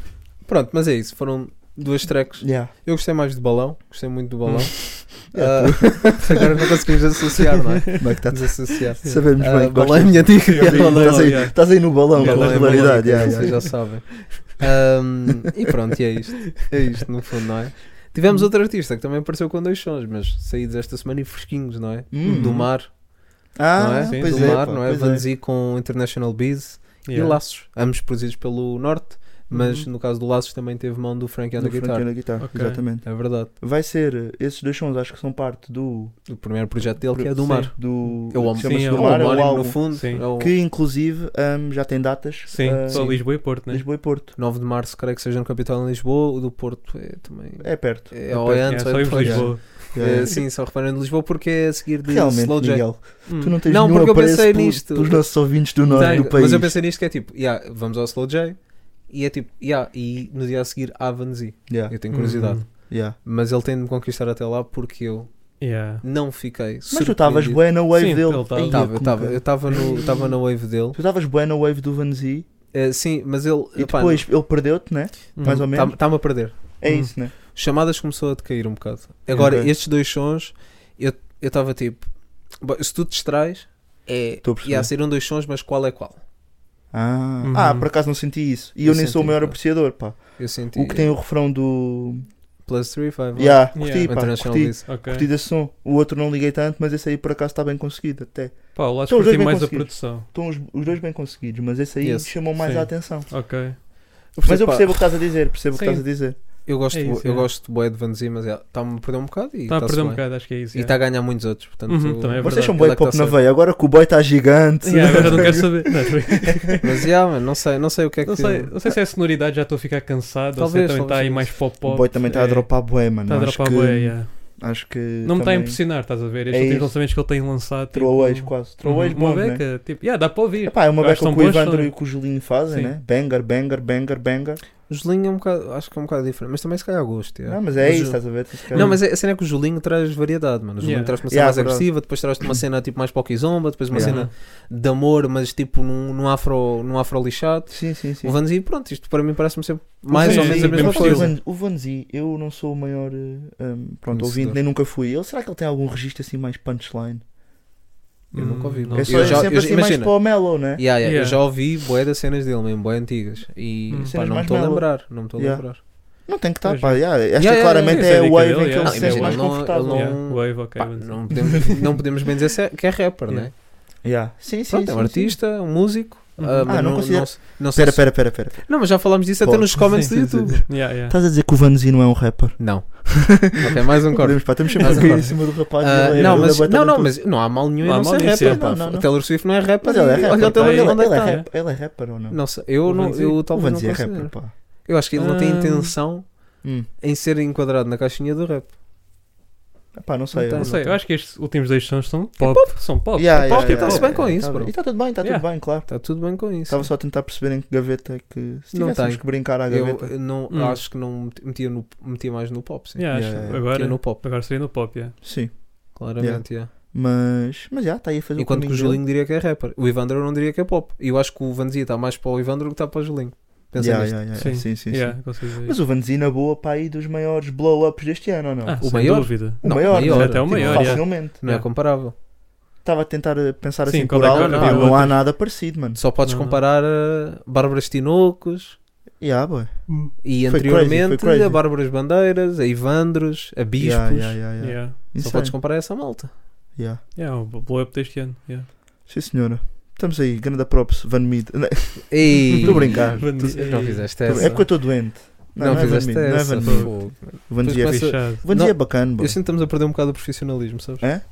F: Pronto, mas é isso. Foram duas tracks.
E: Yeah.
F: Eu gostei mais do balão. Gostei muito do balão.
E: Hum. Yeah,
F: Ah, agora não conseguimos associar, não é?
E: Como é que tá?
F: Desassociar.
E: Sabemos
F: Ah,
E: bem que
F: balão é a
E: gostas.
F: minha dica. é Balão,
E: Estás aí-
F: yeah.
E: Estás aí no balão, com
F: Balão é
E: regularidade.
F: balão,
E: yeah,
F: Vocês
E: yeah.
F: já sabem. Ahm, e pronto, e é isto. É isto, no fundo, não é? Tivemos outro artista que também apareceu com dois sons, mas saídos esta semana e fresquinhos, não é?
E: Hum.
F: Do mar, não
E: Ah,
F: é?
G: Sim,
E: pois
F: Do
E: é,
F: mar,
E: pá,
F: não é?
E: pois
F: Vanzi com International Bees e
G: Yeah.
F: Laços, ambos produzidos pelo Norte, mas
G: Uhum.
F: no caso do Laços também teve mão do Frank and the
E: é. Do Frank
F: Guitar.
E: and the Guitar,
G: Ok.
E: exatamente.
F: É verdade.
E: Vai ser, eh, esses dois sons acho que são parte do...
F: O primeiro projeto dele que é do
G: Sim.
F: mar.
E: do
F: É o
E: que
F: homem,
E: chama-se
G: Sim,
F: é
E: do
F: o
E: Mar, é o
F: homónimo, no
E: álbum,
F: fundo.
G: Sim.
F: É o
E: que inclusive ahm, já tem datas,
G: Sim,
E: ah,
G: só
F: sim.
G: Lisboa e Porto, né?
E: Lisboa e Porto,
F: 9 de março, creio que seja no Capital em Lisboa, o do Porto é também.
E: é perto.
F: É, ou é antes,
G: Yeah,
F: ou
G: só
F: é
G: ir para
F: depois.
G: Lisboa.
E: Yeah.
F: É, sim, só reparando de Lisboa porque é a seguir de
E: Realmente,
F: Slow J.
E: Miguel,
G: Hum.
E: tu não tens
F: Não,
E: nenhum
F: porque eu
E: apreço
F: pensei
E: pelo-
F: nisto.
E: pelos nossos ouvintes do norte
F: Tenho,
E: do país.
F: Mas eu pensei nisto que é tipo, yeah, vamos ao Slow J e é tipo, yeah, e no dia a seguir há Vanzi.
E: Yeah,
F: Eu tenho curiosidade.
E: Uhum.
G: Hum.
E: yeah.
F: Mas ele tem de me conquistar até lá porque eu
G: Yeah.
F: não fiquei.
E: Mas tu estavas bué na wave
G: Sim,
E: dele.
G: ele tava.
E: Ia,
F: Estava,
E: como que-
F: eu estava no, tava na wave dele.
E: Tu estavas bué na wave do Vanzi
F: Eh, sim, mas ele.
E: e depois ele perdeu-te, né?
F: Hum,
E: Mais ou menos.
F: Está-me a perder.
E: É
G: Hum.
E: isso, né?
F: Chamadas começou a decair um bocado. Agora,
E: Ok.
F: estes dois sons, eu estava tipo, "Bom, se tu te distrais, é.
E: Estou a perceber.
F: Yeah, saíram dois sons, mas qual é qual?
E: Ah,
G: Uhum.
E: ah, por acaso não senti isso. E eu,
F: Eu
E: nem sou o
F: senti,
E: maior
F: pá.
E: apreciador, pá.
F: Eu senti.
E: O que tem o refrão do.
F: Plus 3, 5.
E: Yeah, curti,
G: Yeah.
E: pá.
F: Tá International
E: Curti,
F: Beats.
G: Ok.
E: curti desse som. O outro não liguei tanto, mas esse aí por acaso está bem conseguido até.
G: Pá, o
E: São
G: Lacho
E: os dois
G: curti
E: bem
G: mais a
E: conseguidos.
G: produção.
E: Estão os, os dois bem conseguidos, mas esse aí
F: Yes.
E: chamou mais
G: Sim.
E: a atenção.
G: Ok.
E: Mas eu
F: Pá,
E: percebo o que estás a dizer, percebo o que
G: Sim.
E: estás a dizer.
F: Eu gosto,
G: É
F: bo-
G: isso,
F: eu
G: é.
F: gosto de Boé de Van Zee, mas está-me a perder um bocado e
G: Está a
F: tá-se
G: perder um
F: bem.
G: bocado, acho que é isso.
F: E
G: yeah.
F: está a ganhar muitos outros. Portanto,
G: Uhum, também é
E: Vocês são
F: ele
E: boi
F: é que
E: pop
F: tá
E: na
F: certo.
E: veia, agora que o boi está gigante.
G: Yeah, agora não é quero saber. Não, estou a brincar.
F: Mas yeah, mano, não sei, não sei o que é que
G: Não sei, não sei se é a sonoridade, já estou a ficar cansado. Ou se é
F: Talvez,
G: também está aí
F: talvez.
G: mais pop-pop.
E: O boi também está a
G: é,
E: dropar bué, mano.
G: Está a
E: Acho
G: dropar
E: que-
G: bué, yeah.
E: Acho que.
G: Não me está a
E: também
G: impressionar, estás a ver?
E: É
G: Estes últimos
E: isso.
G: lançamentos que ele tem lançado. tipo,
E: Throwaways quase. Throwaways
G: uhum, uma
E: bons, né?
G: beca. Tipo, yeah, dá para ouvir.
E: Epá, é uma
G: Eu acho
E: beca
G: que são
E: que o
G: boas,
E: Evandro
G: são-
E: e que o Julinho fazem,
G: Sim.
E: né? Banger, banger, banger, banger.
F: O Julinho é um bocado, acho que é um bocado diferente, mas também se calhar gosto. yeah.
E: Não, mas é
F: Mas
E: isso,
F: o-
E: estás a ver?
F: Não, mas é- a cena é que o Julinho traz variedade, mano. O Julinho
G: Yeah.
F: traz uma cena
E: Yeah,
F: mais
E: verdade.
F: agressiva, depois traz-te uma cena tipo mais pop e zomba, depois uma
E: Yeah.
F: cena de amor, mas tipo num, num afro, num afro lixado.
E: Sim, sim, sim.
F: O Vanzi, pronto, isto para mim parece-me sempre mais
G: Vanzi
F: ou
G: é
F: menos a
G: sempre
F: mesma
G: bem
F: coisa.
E: O Vanzi, eu não sou o maior eh, um, pronto,
F: Conhecedor.
E: ouvinte, nem nunca fui. Ele, será que ele tem algum registro assim mais punchline?
F: Eu nunca ouvi,
G: Hum, não
E: é
F: sei.
E: só,
F: Eu
E: é
F: já-
E: sempre
F: eu-
E: assim mais
F: imagina.
E: para o Mellow, né?
F: Yeah, yeah, Eu
G: Yeah.
F: já ouvi bué das cenas dele mesmo, bué antigas. E
G: Hum.
F: pá,
E: Cenas
F: não me
E: mais
F: estou a
E: mellow.
F: lembrar. Não me estou a
E: Yeah.
F: lembrar.
E: Não tem que estar,
G: Pois
E: pá. yeah. Esta
F: yeah,
E: claramente
G: yeah,
E: é
G: essa
E: a
G: é
E: wave
G: dele,
E: em que ele
G: yeah.
E: se
G: Não,
E: sente mais
F: imagina, não-
E: confortável.
F: ele
G: Yeah,
F: não-
G: Wave, ok.
F: Pá,
G: vamos dizer.
F: não, podemos, não podemos bem dizer se é- que é rapper,
G: Yeah.
F: né?
E: Yeah. Sim, sim.
F: Pronto, é
E: sim,
F: um
E: sim.
F: artista, um músico.
G: Uhum.
F: ah,
G: Ah,
F: mas
E: não considero-
F: se- não sei
E: Pera,
F: se-
E: pera, pera, pera.
F: Não, mas já falámos disso até
E: Pode.
F: nos comments
G: Sim,
F: do
G: sim, sim.
F: YouTube.
G: Yeah, yeah.
E: Estás a dizer que o Vanzi não é um rapper?
F: Não. ok, mais um corte.
E: Podemos, pá, estamos sempre
F: Mas
E: a cair
F: agora-
E: em cima do rapaz.
F: Ah,
E: ele é-
F: não,
E: ele é
F: mas,
E: bué
F: não, não,
E: talentoso.
F: mas não há mal nenhum em
E: Não há
F: não
E: mal
F: ser
E: nenhum em
F: rapper.
E: ser,
F: pá.
E: não, não,
F: O
E: não.
F: Taylor Swift não é rapper.
E: Mas ele é
F: e
E: rapper.
F: Olha o
E: tá?
F: Taylor
E: Ele-
F: Swift onde é que
E: ele é
F: está.
E: rap- Ele é rapper ou não?
F: Não sei, eu,
G: O
F: não,
G: Vanzi-
F: eu
E: O
F: talvez não
E: Vanzi é
F: considere.
E: rapper, pá.
F: Eu acho que ele não tem
G: Ah.
F: intenção
E: Hum.
F: em ser enquadrado na caixinha do rap.
E: Epá, não sei.
F: Não
G: Não sei, eu acho que estes últimos dois sons são pop. São pop.
E: Yeah,
F: É
E: yeah,
F: pop,
E: yeah,
F: tá-se
E: yeah,
F: bem com
E: yeah,
F: isso,
E: tá
F: bro.
E: bem. E está tudo bem, está
G: Yeah.
E: tudo bem, claro.
F: Está Tá tudo bem com isso.
E: Estava só a tentar perceber em que gaveta é que. Se
F: Não
E: tivéssemos
F: tenho.
E: que brincar à
F: eu
E: gaveta.
F: eu não,
G: Hum.
F: acho que não met- metia, no, metia mais no pop, sim.
G: Yeah, acho
E: Yeah,
G: que
E: yeah.
G: Agora,
F: Metia no pop,
G: agora seria no pop, yeah.
E: Sim.
F: claramente. yeah.
E: Mas. Mas já, está aí a fazer
F: Enquanto que o
E: caminho dele.
F: Julinho diria que é rapper. O Ivandro eu não diria que é pop. E eu acho que o Vanzia está mais para o Ivandro do que está para o Julinho. Pensa
E: Yeah,
F: nisto.
E: yeah, yeah, yeah.
G: Sim.
E: Sim, sim, sim.
G: Yeah, consigo dizer
E: Mas
G: isso.
E: o Vanzi na boa para aí dos maiores blow-ups deste ano, ou não?
G: Ah,
F: o
G: sem
F: maior?
G: dúvida.
E: O
F: Não,
E: maior,
F: maior,
E: né?
G: até o
E: Tipo,
G: maior, yeah.
E: Facilmente.
F: Não é
G: Yeah.
F: comparável.
E: Estava a tentar eh, pensar
G: Sim,
E: assim
G: qual
E: por
G: é que
E: alto.
F: havia
E: pá, Não há
G: outras?
E: nada parecido, mano.
F: Só podes
G: Não, não.
F: comparar a Bárbaras Tinocos
E: Yeah, boy.
F: e
E: Foi
F: anteriormente
E: crazy, foi crazy.
F: a Bárbaras Bandeiras, a Ivandros, a Bispos.
E: Yeah, yeah, é. yeah, yeah.
G: Yeah.
F: Só
E: Insane.
F: podes comparar essa malta.
E: Yeah.
G: Yeah, um o blow-up deste ano. Yeah.
E: Sim, senhora. Estamos aí, grande props, Van Mead.
F: Ei,
E: Estou a brincar.
G: Van-
E: Tu-
F: Não fizeste
E: É
F: essa.
E: porque eu estou doente.
F: Não, fizeste
E: Van
F: essa.
E: Mead, Não é Van Mead.
F: fogo.
E: O Van Zee é
F: Depois
E: fixe.
G: Fechado.
E: O Van
F: Não,
E: Zee é bacana, bro.
F: Eu sinto que estamos a perder um bocado o profissionalismo, sabes?
E: É?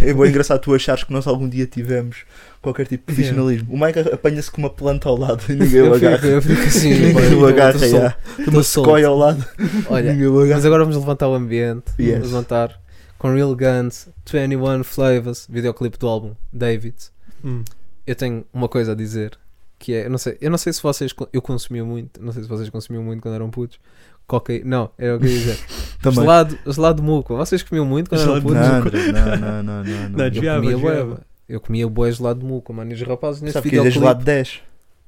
E: É bem engraçado tu achares que nós algum dia tivemos qualquer tipo de profissionalismo. O Mike apanha-se com uma planta ao lado e ninguém o
F: eu, fico,
E: agarra.
F: eu fico assim, pá,
E: Ninguém
F: eu
E: o
F: tô
E: agarra, Então
F: solto.
E: já. Tem
F: Tô
E: uma
F: solto.
E: sequoia ao lado,
F: Olha,
E: ninguém o agarra.
F: mas agora vamos levantar o ambiente.
E: Yes.
F: Vamos levantar com Real Guns, 21 Flavors, videoclipe do álbum David.
G: Hum.
F: eu tenho uma coisa a dizer que é, eu não sei, eu não sei se vocês con- eu consumia muito, não sei se vocês consumiam muito quando eram putos. Coca, não, era o que eu ia dizer.
E: Também.
F: gelado, gelado muco. Vocês comiam muito quando eram
G: Gelado
F: putos?
E: Não, André, não, não, não, não. não.
G: Não, devia-
F: Eu
G: Desviava,
F: comia
G: desviava.
F: bué, Eu comia bué gelado muco, mano. E os rapazes nesse
E: Sabe o que é que é
F: videoclipe...
E: gelado 10?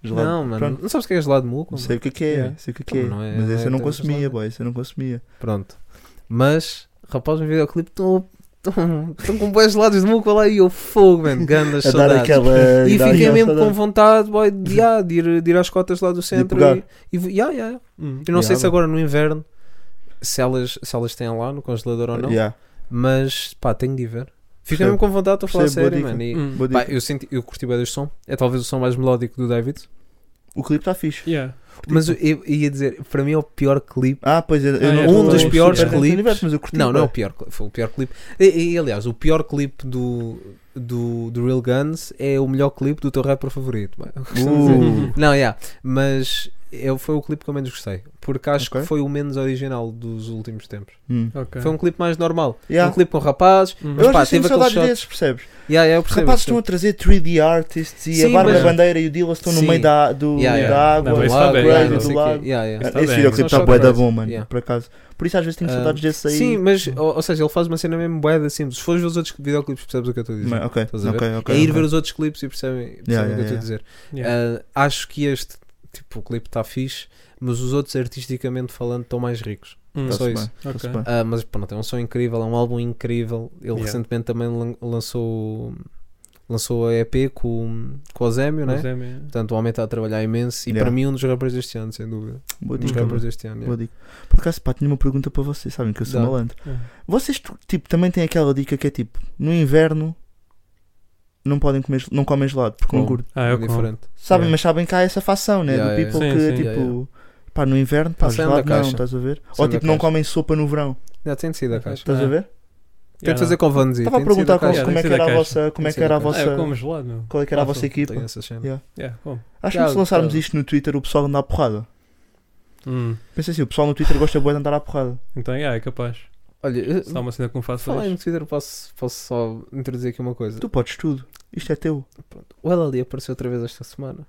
E: Gelado-
F: Não, mano.
E: Pronto.
F: Não sabes o que é gelado muco?
E: Não
F: mano?
E: sei o que é que é,
F: Yeah.
E: sei o que é que é.
F: Não é-
E: Mas
F: não
E: esse
F: é
E: eu não
F: tanto
E: consumia,
F: gelado.
E: boy, esse eu não consumia.
F: Pronto. Mas, rapazes no videoclipe estão... Estão com boas gelados de muco lá e eu fogo, mano. Gandas
E: A dar
F: saudades.
E: aquela.
F: E
E: dar
F: fiquei
E: aquela
F: mesmo com
E: saudade.
F: vontade boy, de, ah, de ir, de ir às cotas lá do centro
E: pegar.
F: e, e vo- yeah, yeah.
G: Hum.
F: Eu não sei
E: Yeah,
F: se
E: bro.
F: agora no inverno se elas, se elas têm lá no congelador ou não,
E: Yeah,
F: mas pá, tenho de ir ver. Fiquei
E: Percebo.
F: mesmo com vontade, estou a falar
E: Percebo, boa
F: sério,
E: dica.
F: mano. E,
G: Hum.
E: boa
F: pá,
E: dica.
F: eu, senti, eu curti bem deste som, é talvez o som mais melódico do David,
E: O clipe está fixe.
G: Yeah.
F: mas eu, eu ia dizer, para mim é o pior clipe.
E: Ah, pois eu, eu
G: Ah,
E: não
G: é,
E: estou
G: um dos
E: super
G: piores
E: dentro do
F: clipes.
E: universo, mas eu curti,
F: Não, não é
E: bué.
F: o pior, cli- foi o pior clipe. E, e, aliás, o pior clipe do, do, do Real Guns é o melhor clipe do teu rapper favorito. Bem, eu costumo dizer.
E: Uh,
F: Não, yeah, mas eu, foi o clipe que eu menos gostei, porque acho
E: Ok.
F: que foi o menos original dos últimos tempos.
E: hum.
G: Ok.
F: Foi um clipe mais normal.
E: Yeah.
F: Um clipe com rapazes.
G: Hum.
E: Eu
F: Mas pá,
E: acho que
F: teve
E: tenho
F: aquele
E: saudades
F: shot.
E: desses, percebes?
F: Yeah, yeah, eu
E: Os
F: percebo,
E: rapazes estão
F: percebo.
E: a trazer 3D artists e a
F: Sim,
E: Bárbara
F: mas-
E: Bandeira e o Dylan estão no
F: Sim.
E: meio da, do,
F: Yeah,
E: da
F: yeah.
E: água,
G: Não,
E: do
G: isso tá bem,
E: upgrade,
G: yeah, não
E: do
G: sei
E: lado.
F: Yeah, yeah.
G: Isso tá
E: Esse
G: bem.
E: videoclipe
F: São
E: está bué da
F: chocolate.
E: bom, mano,
F: Yeah.
E: por acaso. Por isso às vezes tenho
F: Ah,
E: saudades desses aí.
F: Sim, mas, ou, ou seja, ele faz uma cena mesmo boeda simples. Se fores ver os outros videoclipes, percebes o que eu estou a dizer.
E: Mas- Ok,
F: Estás a ver?
E: ok, ok.
F: é ir
E: ok.
F: ver os outros clipes e percebem, percebem
E: Yeah,
F: o que eu
E: yeah,
F: estou a
E: yeah.
F: dizer.
G: Yeah.
F: Ah, acho que este, tipo, o clipe está fixe, mas os outros, artisticamente falando, estão mais ricos.
G: Hum.
E: Tá-se
F: só
E: bem,
F: isso.
E: tá-se
G: Ok.
E: bem.
F: Ah, mas pronto, é um som incrível, é um álbum incrível. Ele
G: Yeah.
F: recentemente também lan- lançou, lançou a EP com, com o Ozemio, né?
G: Mas é mesmo.
F: Portanto, o homem está a trabalhar imenso e
E: Yeah.
F: para mim um dos rappers deste ano, sem dúvida.
E: Boa
F: Um dos
E: dica,
F: rappers
E: mano.
F: deste ano.
E: Boa
F: yeah.
E: dica. Por acaso, pá, tinha uma pergunta para vocês, sabem que eu sou
F: Dá.
E: malandro.
G: Hum.
E: Vocês, tu- tipo, também têm aquela dica que é tipo, no inverno não podem comer, gel- não comem gelado, porque não
F: Como?
E: curto.
G: Ah, eu
F: É diferente.
E: Sabem,
G: Yeah.
E: mas sabem que há essa facção, né?
F: Yeah,
E: do
F: yeah,
E: people
G: yeah.
E: que,
G: Sim, sim.
E: tipo,
F: Yeah, yeah.
E: pá, no inverno, pá,
F: Não saem da
E: gelado não,
F: caixa.
E: estás a ver? Ou
F: Saem da
E: tipo, não
F: caixa.
E: comem sopa no verão,
F: Já tem de sair da caixa.
E: estás a
G: Ah.
E: ver?
F: Tem de fazer com o Vanzi.
E: Estava a
F: tem de sair da
E: perguntar qual-
F: caixa.
E: como é que
G: tem que
E: era a
G: ser da caixa.
E: vossa, como é
F: Tem
E: que era a
F: que ser da
G: Ah, eu
E: vossa,
G: como gelado, meu.
E: qual é que era a
F: Ah,
E: vossa
F: sim,
E: equipa?
F: tem essa cena.
E: Yeah.
G: Yeah, como?
E: Acho que se
F: Claro,
E: lançarmos
F: claro.
E: isto no Twitter, o pessoal anda à porrada.
G: Hum.
E: Pensa assim, o pessoal no Twitter gosta bué de andar à porrada.
G: Então, yeah, é capaz.
F: Olha, eu-
G: Se há uma cena que me faço
F: falar
G: hoje.
F: em Twitter, posso, posso só introduzir aqui uma coisa.
E: Tu podes tudo, isto é teu.
F: O LLD apareceu outra vez esta semana,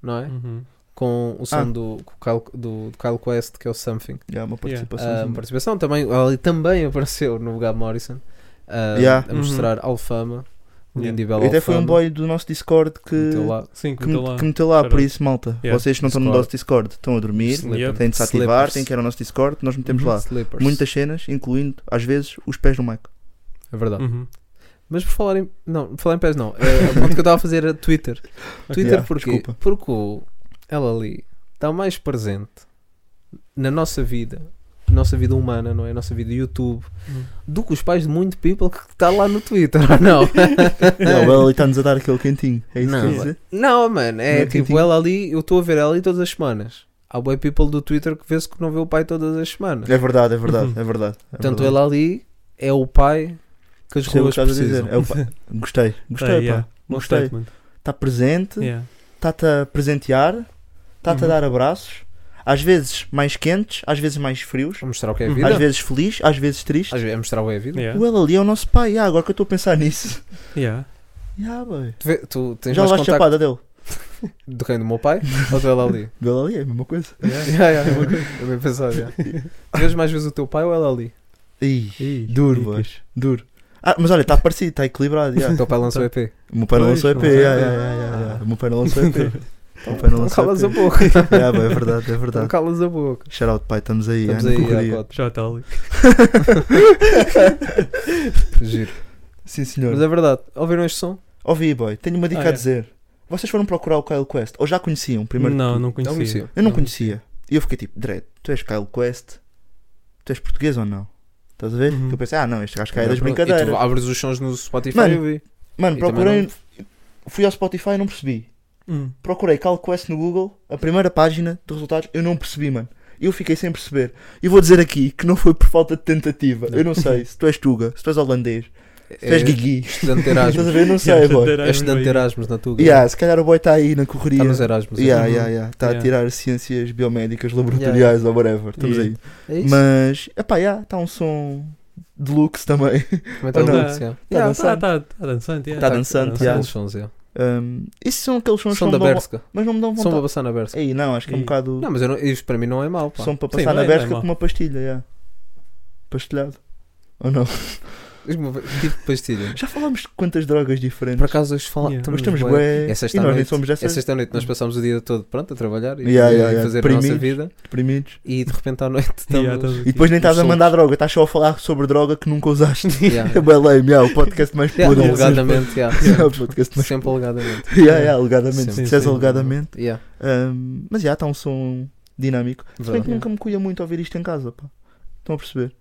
F: não é?
G: Uhum.
F: Com o som
E: Ah.
F: do, com o Kyle- do, do Kyle Quest, que é o Something.
E: É uma
G: Yeah.
E: participação.
F: A participação também, o LLD também apareceu no Gab Morrison ah,
E: Yeah. Uhum.
F: a mostrar Alfama, o
G: Yeah.
F: lindo e belo
E: Até foi um
F: Alfama,
E: boy do nosso Discord que,
F: meteu lá.
G: Sim, que
E: que,
G: me
E: me-
G: lá.
E: que meteu lá, por
G: Shout-out.
E: isso, malta.
G: Yeah.
E: Vocês que não estão no
F: Discord.
E: nosso Discord, estão a dormir,
G: Slip.
F: Slippers.
E: têm de se ativar,
F: Slippers.
E: têm que ir ao nosso Discord, nós
F: Uhum.
E: metemos lá
F: Slippers.
E: muitas cenas, incluindo, às vezes, os pés do Mike.
F: É verdade.
G: Uhum.
F: Mas por falar em. Não, por falar em pés não. É, o ponto que eu estava a fazer era Twitter. Twitter
E: Yeah,
F: porquê?
E: desculpa.
F: Porque o LLI está mais presente na nossa vida, na nossa vida humana, não é? Na nossa vida YouTube,
E: Hum.
G: Uhum.
F: do que os pais de muito people que está lá no Twitter, ou não?
E: Não, o Eli está-nos a dar aquele quentinho. É isso que eu ia dizer?
F: Não, mano,
E: Não
F: é
E: é
F: tipo
E: quentinho?
F: ela ali, eu estou a ver ela ali todas as semanas. Há boy people do Twitter que vê-se que não vê o pai todas as semanas.
E: É verdade, é verdade, é verdade. é
F: Portanto,
E: verdade.
F: ela ali é o pai que as
E: Sei o que
F: ruas
E: estás a dizer.
F: precisam.
E: É o pa- Gostei,
G: Ah,
E: gostei,
G: yeah.
E: pá.
G: Bom
E: Gostei.
G: statement.
E: Está presente,
G: Yeah.
E: está-te a presentear, está-te
G: Uhum.
E: a dar abraços, às vezes mais quentes, às vezes mais frios,
F: A mostrar o que é a
G: Às
F: vida.
E: às vezes feliz, às vezes triste.
F: Às vezes, a mostrar o que é a vida.
G: Yeah.
E: O Eli ali é o nosso pai, ah, agora que eu estou a pensar nisso.
G: Yeah.
E: Yeah, boy.
F: Tu, vê- tu tens
E: Já
F: mais
E: levaste
F: contacto
E: chapada dele.
F: do quem do meu pai ou do ela ali?
E: Do Eli ali é a mesma coisa.
F: Yeah, yeah, é uma coisa. Eu bem pensado, yeah. Vês mais vezes o teu pai ou ela ali?
E: Ih,
G: Ih,
E: Duro, boy.
G: dicas.
E: duro. Ah, mas olha, está parecido, está equilibrado.
F: O
E: yeah.
F: teu pai lançou o EP.
E: O meu pai não
G: Pois,
E: lançou EP.
G: não é?
E: yeah, yeah, yeah, yeah, yeah. O meu pai não lançou EP. O meu pai não
F: Então
E: lançou
F: calas a
E: EP.
F: boca.
E: Yeah, boy, é verdade, é
F: Então
E: verdade.
F: calas a boca.
E: Shout out, pai, estamos aí,
F: Estamos
E: é, na
F: aí,
E: correria.
F: yeah,
G: Já está ali.
F: pode. Giro.
E: Sim,
F: Mas
E: senhor.
F: é verdade. Ouviram este som?
E: Ouvi, boy, tenho uma dica
G: Ah,
E: a
G: é.
E: dizer. Vocês foram procurar o Kyle Quest, ou já conheciam primeiro? de
G: Não,
E: tudo?
G: não conhecia.
F: Não conhecia.
E: Eu não conhecia. E eu fiquei tipo, Dredd, tu és Kyle Quest, tu és português ou não? Estás a ver?
G: Uhum.
E: Eu pensei, ah não, este gajo cai das
F: É E tu
E: brincadeiras.
F: abres os sons no Spotify
E: Mano,
F: e eu vi.
E: Mano,
F: e também
E: procurei, fui ao Spotify e não percebi.
G: Hum.
E: procurei CalQuest no Google, a primeira página de resultados, eu não percebi, mano. Eu fiquei sem perceber. E vou dizer aqui que não foi por falta de tentativa. Eu não sei se tu és Tuga, se tu és holandês, se tu és Guigui.
F: é Estudante de
E: Estás a
F: Erasmus.
E: ver? Tá, Não sei, boy.
F: É estudante de Erasmus na tua.
E: Yeah, se calhar o boy está aí na correria.
F: Está nos Erasmus. é.
E: yeah, yeah, yeah. Está
G: Yeah.
E: a tirar ciências biomédicas, laboratoriais ou whatever. Estamos
G: Yeah.
E: aí.
F: É isso.
E: Mas, epá, yeah, está um som deluxe também.
F: Também está
E: Ou não?
F: dançando, yeah.
E: Está Tá dançando.
G: Está dançante, yeah.
E: Tá dançante,
F: dançando
E: yeah.
F: os sons, yeah.
G: tá.
E: Um, esses são aqueles sons
F: Som
E: que
F: da
E: não me dão vo-
F: Berska.
E: mas não me dão
F: Som para
E: vontade.
F: passar na Berska.
E: Aí, não, acho que é um
G: Ei.
E: bocado.
F: Não, mas eu não- isto para mim não é mau, pá.
E: São para
G: Sim,
E: passar
G: não
E: na
G: é- não é
E: berca
G: mau.
E: com uma pastilha, yeah. Pastilhado. Ou não?
F: Diz-me, Tipo de pastilha.
E: Já falámos de quantas drogas diferentes.
F: Por acaso hoje fala...
G: Yeah.
E: Mas
F: estamos
E: estamos
F: bué-
E: bué.
F: Essa
E: E
F: está
E: nós nem
F: noite.
E: somos dessas
F: Essa esta noite nós passámos o dia todo pronto a trabalhar e
E: Yeah,
F: e
E: yeah, yeah.
F: fazer a nossa
E: Deprimidos.
F: vida
E: deprimidos.
F: e de repente à noite estamos...
G: Yeah, estamos
E: E
G: aqui.
E: depois nem
F: Os
E: estás a
F: sons.
E: mandar droga, estás só a falar sobre droga que nunca usaste.
F: Yeah.
E: É bem lame, yeah, o podcast mais
F: Yeah,
E: podre.
F: alegadamente, yeah.
E: Yeah, o podcast mais
F: sempre alegadamente.
E: yeah, yeah, alegadamente.
F: Sim,
E: Se disseres
G: sim.
E: alegadamente.
F: Yeah.
E: Ahm, mas já está um som dinâmico. Se bem que
F: Verdade.
E: nunca me cuia muito ouvir isto em casa, pá. Estão a perceber?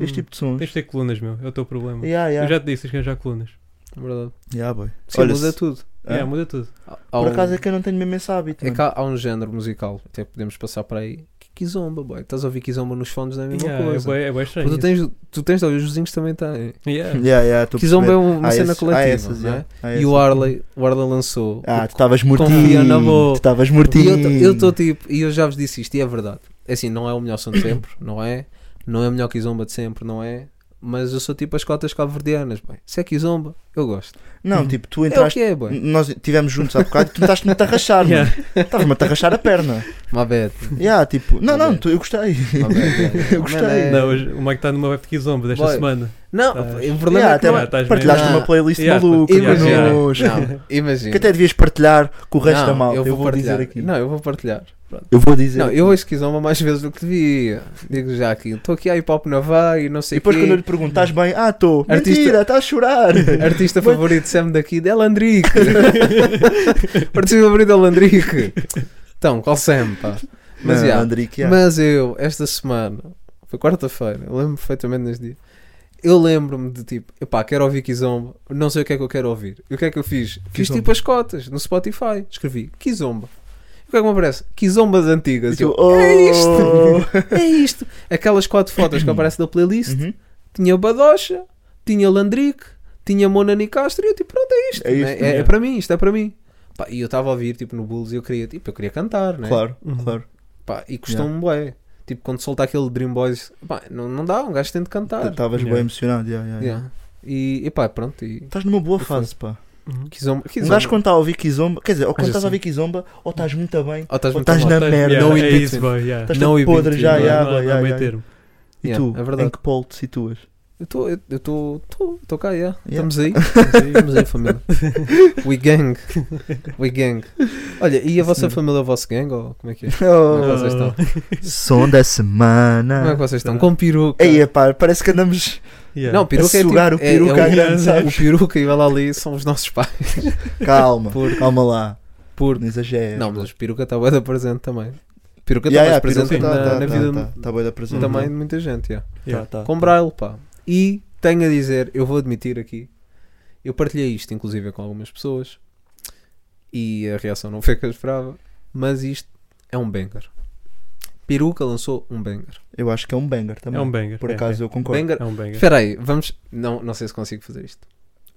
E: Este
G: Hum.
E: tipo de sons.
G: Tens de ter colunas, meu. É o teu
F: tipo
G: problema.
E: Yeah,
G: Eu
E: yeah.
G: já te disse, tens que arranjar colunas.
F: Verdade.
E: Yeah, boy.
F: Sim,
E: Olha,
F: muda
E: se-
F: tudo.
E: Ah.
G: Yeah, muda tudo.
F: Há
E: Por
F: um-
E: acaso é que eu não tenho mesmo esse hábito.
F: é
E: mano.
F: que há, há um género musical, até podemos passar para aí, que kizomba, boy. Estás a ouvir kizomba nos fones não é a mesma
G: Yeah, é
F: coisa.
G: bué- é bem estranho.
F: Porque tu
G: isso.
F: tens, tu tens de ouvir, os vizinhos também têm.
G: Yeah.
E: Yeah, yeah, tô a
F: Kizomba é
E: perceber.
F: uma
E: Há
F: cena
E: esses- há
F: coletiva,
E: essas,
F: não é?
E: yeah, há
F: E o
E: essas.
F: Harley, o Harley lançou
E: Ah, tu estavas
F: Confia
E: mortinho.
F: na
E: Tu
F: boa.
E: estavas
F: E
E: mortinho.
F: eu estou tipo, e eu já vos disse isto, e é verdade. É assim, não é o melhor som de sempre, não é? Não é o melhor Kizomba de sempre, não é? Mas eu sou tipo as cotas cabo-verdianas, bem. Se é Kizomba, eu gosto.
E: Não, tipo, tu
F: É o
E: entraste.
F: que é, bem.
E: Nós estivemos juntos há bocado e tu estás-me a rachar, mano.
G: Yeah.
E: Estavas-me a rachar a perna.
F: Má bad.
E: Yeah, tipo, não,
F: Tá
E: não,
F: bem.
E: tu- eu gostei.
F: Má bad, é, é.
E: Eu gostei.
F: Mano, é-
G: Não, hoje o Mike está numa web de Kizomba desta
F: Boy.
G: semana.
F: Não,
G: Tá.
F: o problema é
E: Yeah,
F: que
E: até
G: não
E: lá,
G: é, estás
E: partilhaste
F: mesmo-
E: uma playlist
G: Yeah,
E: maluca.
G: yeah,
E: que
G: yeah.
E: nojo.
F: Não, imagina.
E: Que até devias partilhar com o resto
F: Não,
E: da malta.
F: eu vou, partilhar.
E: dizer aqui.
F: Não, eu vou partilhar.
E: Eu vou dizer.
F: Não, eu ouço Kizomba mais vezes do que devia. Digo já aqui, estou aqui a hip hop na vai e não
E: e
F: sei o
E: depois, quando eu lhe
F: quê.
E: pergunto, estás bem? Ah, estou.
F: é- Artista-
E: Mentira, estás a chorar.
F: Artista favorito Sam daqui, é Landrique. Artista favorito é Landrique. Então, qual Sam, pá? Mas,
E: Não,
F: yeah.
E: Andrique, yeah.
F: Mas eu, esta semana, foi quarta-feira, eu lembro perfeitamente nesse dia. Eu lembro-me de tipo, epá, quero ouvir Kizomba, não sei o que é que eu quero ouvir. E o que é que eu fiz? Fiz
E: Kizomba.
F: tipo as cotas no Spotify. Escrevi Kizomba. O que é que me aparece? Quizombas antigas.
E: E
F: Eu,
E: tu,
F: É
E: "Oh."
F: isto! É isto! Aquelas quatro fotos que aparecem da playlist,
E: Uhum.
F: tinha Badocha, tinha Landrick, tinha Mona Nicastro e eu tipo, pronto, é isto.
E: É isto,
F: né? é,
E: yeah.
F: é para mim, isto é para mim. Pá, e eu estava a ouvir tipo no Bulls e eu queria, tipo, eu queria cantar, né?
E: Claro,
G: Uhum.
E: claro.
F: Pá, e custou-me bué. Tipo, quando solta aquele Dream Boys, pá, não, não dá, um gajo tem de cantar.
E: Estavas bem
G: Yeah.
E: emocionado. yeah, yeah, yeah.
F: Yeah. E, e pá, pronto. E...
E: Estás numa boa
F: foi.
E: fase, pá.
F: Kizomba,
E: Um gajo quando está a ouvir Kizomba, quer dizer, ou quando
F: Mas
E: estás a
F: assim-
E: ouvir Kizomba, ou estás muito bem,
F: Oh, estás
E: ou
F: muito
E: estás
F: mal.
E: na
G: Tá-
E: merda.
G: yeah,
F: não
G: é
F: in
G: isso,
F: between.
G: boy, yeah.
E: estás
F: não
E: todo
F: e
E: podre
F: 20,
E: já,
F: não é?
E: já,
G: Não há-
E: já,
G: não há
E: já,
G: meio
E: já.
G: termo.
E: E
F: Yeah,
E: tu,
F: é verdade.
E: em que polo te situas?
F: Eu estou eu estou cá, yeah.
E: Yeah.
F: estamos aí. Estamos aí, família. We gang. We gang. Olha, e a vossa família, o vosso gang? Ou como é que é?
E: Oh.
F: Como é que vocês estão?
E: Som da
F: Como é que
E: semana.
F: vocês estão? Com peruca.
E: Ei, pá, parece que andamos.
G: Yeah.
F: Não, peruca é
E: sugar
F: tipo,
E: o peruca
F: é,
E: à grande,
F: é o, o
E: sabes?
F: peruca e ela ali são os nossos pais.
E: Calma,
F: Por-
E: calma lá.
F: Por...
E: Não exagera.
F: Não, mas peruca está bem da presente também. Peruca está
E: É, Yeah, yeah,
F: mais presente
E: peruca
F: na,
E: tá- tá-
F: na
E: tá-
F: vida
E: tá- tá bem da presente.
F: também de muita gente. Yeah.
G: Yeah.
E: Tá, tá,
F: Com
E: tá.
F: braille, pá. E tenho a dizer, eu vou admitir aqui, eu partilhei isto inclusive com algumas pessoas e a reação não foi a que eu esperava, mas isto é um banger. Peruca lançou um banger.
E: Eu acho que é um banger também.
G: É um banger.
E: Por
G: é,
E: acaso eu concordo.
F: banger.
G: É, é um banger.
F: Espera aí, vamos. Não, não sei se consigo fazer isto.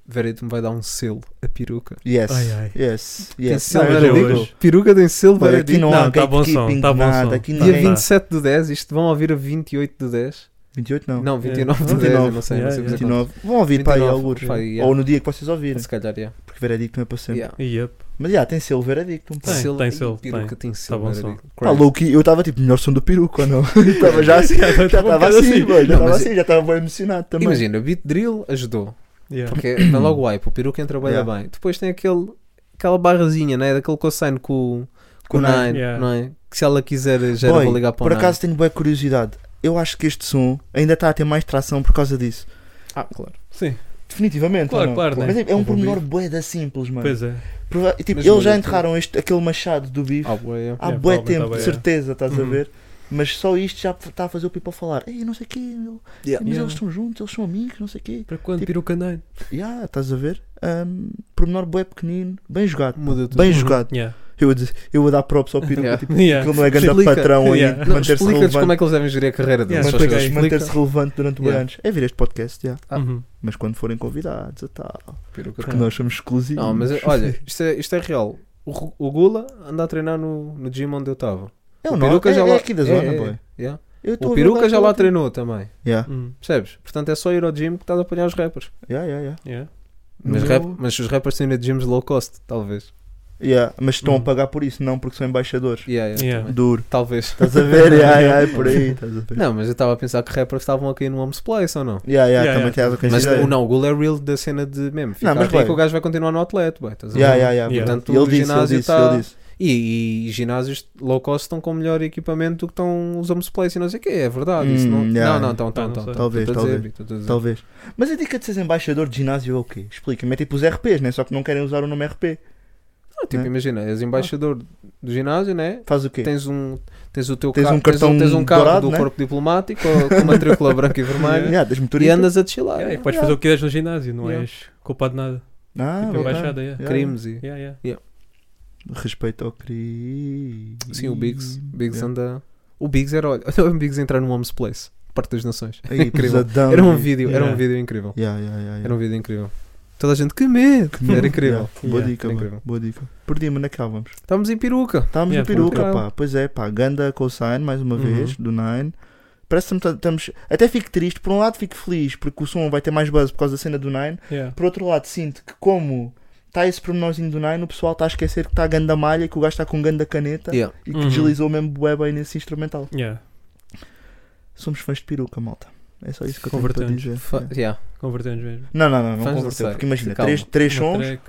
F: Vereto me vai dar um selo a peruca.
E: Yes.
G: Ai, ai.
E: Yes.
F: Tem
E: Yes.
F: selo
E: Não, eu
G: Veredict.
E: digo.
G: hoje.
F: Peruca tem selo
E: Olha, aqui
F: veredito.
E: não, há
G: Não, tá bom som,
E: gatekeeping,
G: tá bom
E: nada.
G: som.
E: Aqui
G: Dia
E: não
F: Dia
E: há.
F: 27 do 10, isto vão ouvir a 28 do 10.
E: 28 não.
F: Não, 29 do 10,
E: 29,
F: eu não sei. não sei fazer
E: 29. Vão ouvir para aí
F: 29,
E: alguns.
F: pá, yeah.
E: Ou no dia que vocês
F: contas.
E: ouvirem.
F: Se calhar, yeah.
E: Porque veredicto não é para sempre.
F: Yeah.
G: Yep.
E: Mas já, tem selo veredicto. pá.
G: Tem,
F: Selo-
G: tem
F: Ih,
G: selo,
F: Peruca
G: tem. Tá
F: tem, selo.
G: bom
F: veredito.
E: Pá, Tá louco, eu estava tipo, melhor som do peruco ou não? Estava já assim, já
G: Tava um
E: estava
G: bocado
E: assim,
G: assim.
E: boy, já
F: Não,
E: estava
F: mas-
E: assim, já estava bem emocionado também.
F: Imagina, beat drill ajudou.
G: Yeah.
F: Porque vem logo o hype, o peruca entra bem,
E: Yeah.
F: bem. Depois tem aquele, aquela barrazinha, né? Daquele cosseno com, com o
E: Com o Nine,
F: Nine,
G: yeah.
F: não é? Que se ela quiser, já
E: Boy,
F: vou ligar para o
E: Por
F: Nine.
E: acaso tenho boa curiosidade. Eu acho que este som ainda está a ter mais tração por causa disso.
F: Ah, claro.
G: Sim,
E: Definitivamente,
G: Claro,
E: ou não?
G: claro, né?
E: Mas, tipo, é um
F: O
E: pormenor boeda simples, mano.
G: pois é.
E: Prova- e, tipo,
F: Mas
E: eles
F: olha
E: já
F: que-
E: enterraram este, aquele machado do bife
F: Ah, boa, yeah.
E: há
G: Yeah,
E: bué
G: provavelmente
E: tempo,
G: há bué,
E: de
G: Uhum. é.
E: certeza, estás a
G: Uhum.
E: ver? Mas só isto já está a fazer o people falar. Ei, não sei o quê, meu, mas
G: Yeah.
E: eles estão juntos, eles são amigos, não sei o quê.
G: Para quando
E: Tipo-
G: peruca Nine?
E: Yeah, estás a ver? Um, pormenor bué pequenino, bem jogado.
F: Muda tudo.
E: Bem
G: Uhum.
E: jogado.
G: Yeah.
E: Eu vou, dizer- eu vou dar props ao peruca,
F: Yeah.
E: tipo,
G: Yeah.
E: aquilo não é grande
F: Explica.
E: patrão aí,
G: Yeah.
F: Não,
E: manter-se
F: Explica-lhes
E: relevante.
F: como é que eles devem gerir a carreira deles.
G: Yeah,
F: só
G: explica
F: se
G: aí.
F: eles
E: manter-se relevante durante o
F: Yeah.
E: anos. É vir este podcast, yeah.
F: Ah.
G: Uhum.
E: mas quando forem convidados, a tal.
F: Peruca
E: Porque
F: tem.
E: nós somos exclusivos.
F: Não, mas olha, isto é, isto é real. O, Ru- o Gula anda a treinar no, no gym onde eu estava.
E: é o
F: O
E: nosso,
F: peruca
E: é,
F: já
E: é
F: lá-
E: aqui da
F: é,
E: zona,
F: é,
E: boy.
F: yeah.
E: Eu tô a
F: O
E: ver
F: peruca
E: gajo
F: já
E: lá
F: lá
E: atrás.
F: treinou também.
E: Yeah,
G: Uhum.
F: Percebes? Portanto é só ir ao gym que estás a apanhar os rappers.
E: yeah, yeah, yeah.
G: Yeah.
F: Mas,
E: Mas
F: rap-
E: eu-
F: mas os rappers têm de gyms low cost, talvez.
E: Yeah, mas estão a
F: Hum.
G: Uhum.
E: pagar por isso, não porque são embaixadores.
F: Yeah, yeah,
G: Yeah.
F: também.
E: Duro.
F: Talvez.
E: Estás a ver? yeah, yeah, é por aí. Estás a ver?
F: Não, mas eu estava a pensar que rappers estavam aqui no Homes Place ou não?
E: Yeah, yeah,
G: Yeah,
E: também
G: yeah.
E: tem a ver com
F: Mas
E: isso.
F: o não, o Gula é real da cena de mesmo. Fica
E: Não, mas
F: aqui
E: vai.
F: que o gajo vai continuar no outlet, bem, estás a ver?
E: Yeah, yeah, yeah.
G: Yeah.
F: Portanto, o
E: Ele disse, ele
F: ginásio tá-
E: disse,
F: está.
E: ele disse.
F: E, e ginásios low cost estão com melhor equipamento do que estão os Homes Place e não sei o que, é verdade. isso
E: Hum,
F: não...
E: yeah.
F: não, não, então, estão,
G: Não,
F: estão,
G: não
F: estão.
G: sei.
E: Talvez,
F: Estou a dizer,
E: talvez.
F: Vitor, estou a dizer.
E: Talvez. Mas a dica de seres embaixador de ginásio é o quê? Explica-me. É tipo os RPs, né? Só que não querem usar o nome RP.
F: Ah, tipo,
E: né?
F: imagina, és embaixador do ginásio, né?
E: Faz o quê?
F: Tens um, tens o teu
E: Tens
F: carro,
E: um cartão
F: tens um, carro
E: dourado,
F: do
E: né?
F: corpo diplomático com matrícula branca e vermelha.
E: Yeah, das
F: E
E: motoristas.
F: andas a desfilar.
G: Yeah, é que podes fazer o que quiseres no ginásio, não
F: Yeah.
G: és culpado de nada.
E: Ah,
G: tipo,
E: ok.
G: embaixada, yeah.
E: Yeah.
F: crimes e.
G: Yeah, yeah.
E: Respeito ao crime.
F: Sim, o Biggs. Biggs
E: Yeah.
F: anda. O Biggs era. Olha, olha o Biggs entrar no Homes Place, Parte das Nações.
E: Aí,
F: Incrível.
E: pesadão,
F: Era um
E: né?
F: vídeo, era um
G: Yeah.
F: vídeo incrível.
E: Yeah, yeah, yeah, yeah.
F: Era um vídeo incrível. Toda a gente, que medo! Era incrível.
E: Yeah. Boa
G: Yeah,
E: dica,
F: era
E: boa-
F: incrível.
E: boa dica. Perdi-me, onde é que estávamos?
F: Estamos em peruca.
E: Estávamos
G: Yeah,
E: no
G: foi
E: peruca,
F: muito
E: pá. Pois é, pá. Ganda Cosine, mais uma
F: um Uhum.
E: vez, do Nine. Parece que tam- estamos. Até fico triste. Por um lado, fico feliz porque o som vai ter mais buzz por causa da cena do Nine.
G: Yeah.
E: Por outro lado, sinto que, como está esse pormenorzinho do Nine, o pessoal está a esquecer que está a ganda malha, que o gajo está com ganda caneta
F: Yeah.
E: e que
G: Uhum.
E: deslizou mesmo bué bem nesse instrumental.
G: Yeah.
E: Somos fãs de peruca, malta. É só isso que eu tenho para
G: Convertemos.
E: dizer.
F: Fa-
E: Yeah.
F: yeah.
G: Convertemos mesmo.
E: Não, não, não, não
F: Fãs do
E: converteu.
F: sério.
E: Porque imagina,
F: Calma.
E: três, três
G: Uma
E: sons,
G: track.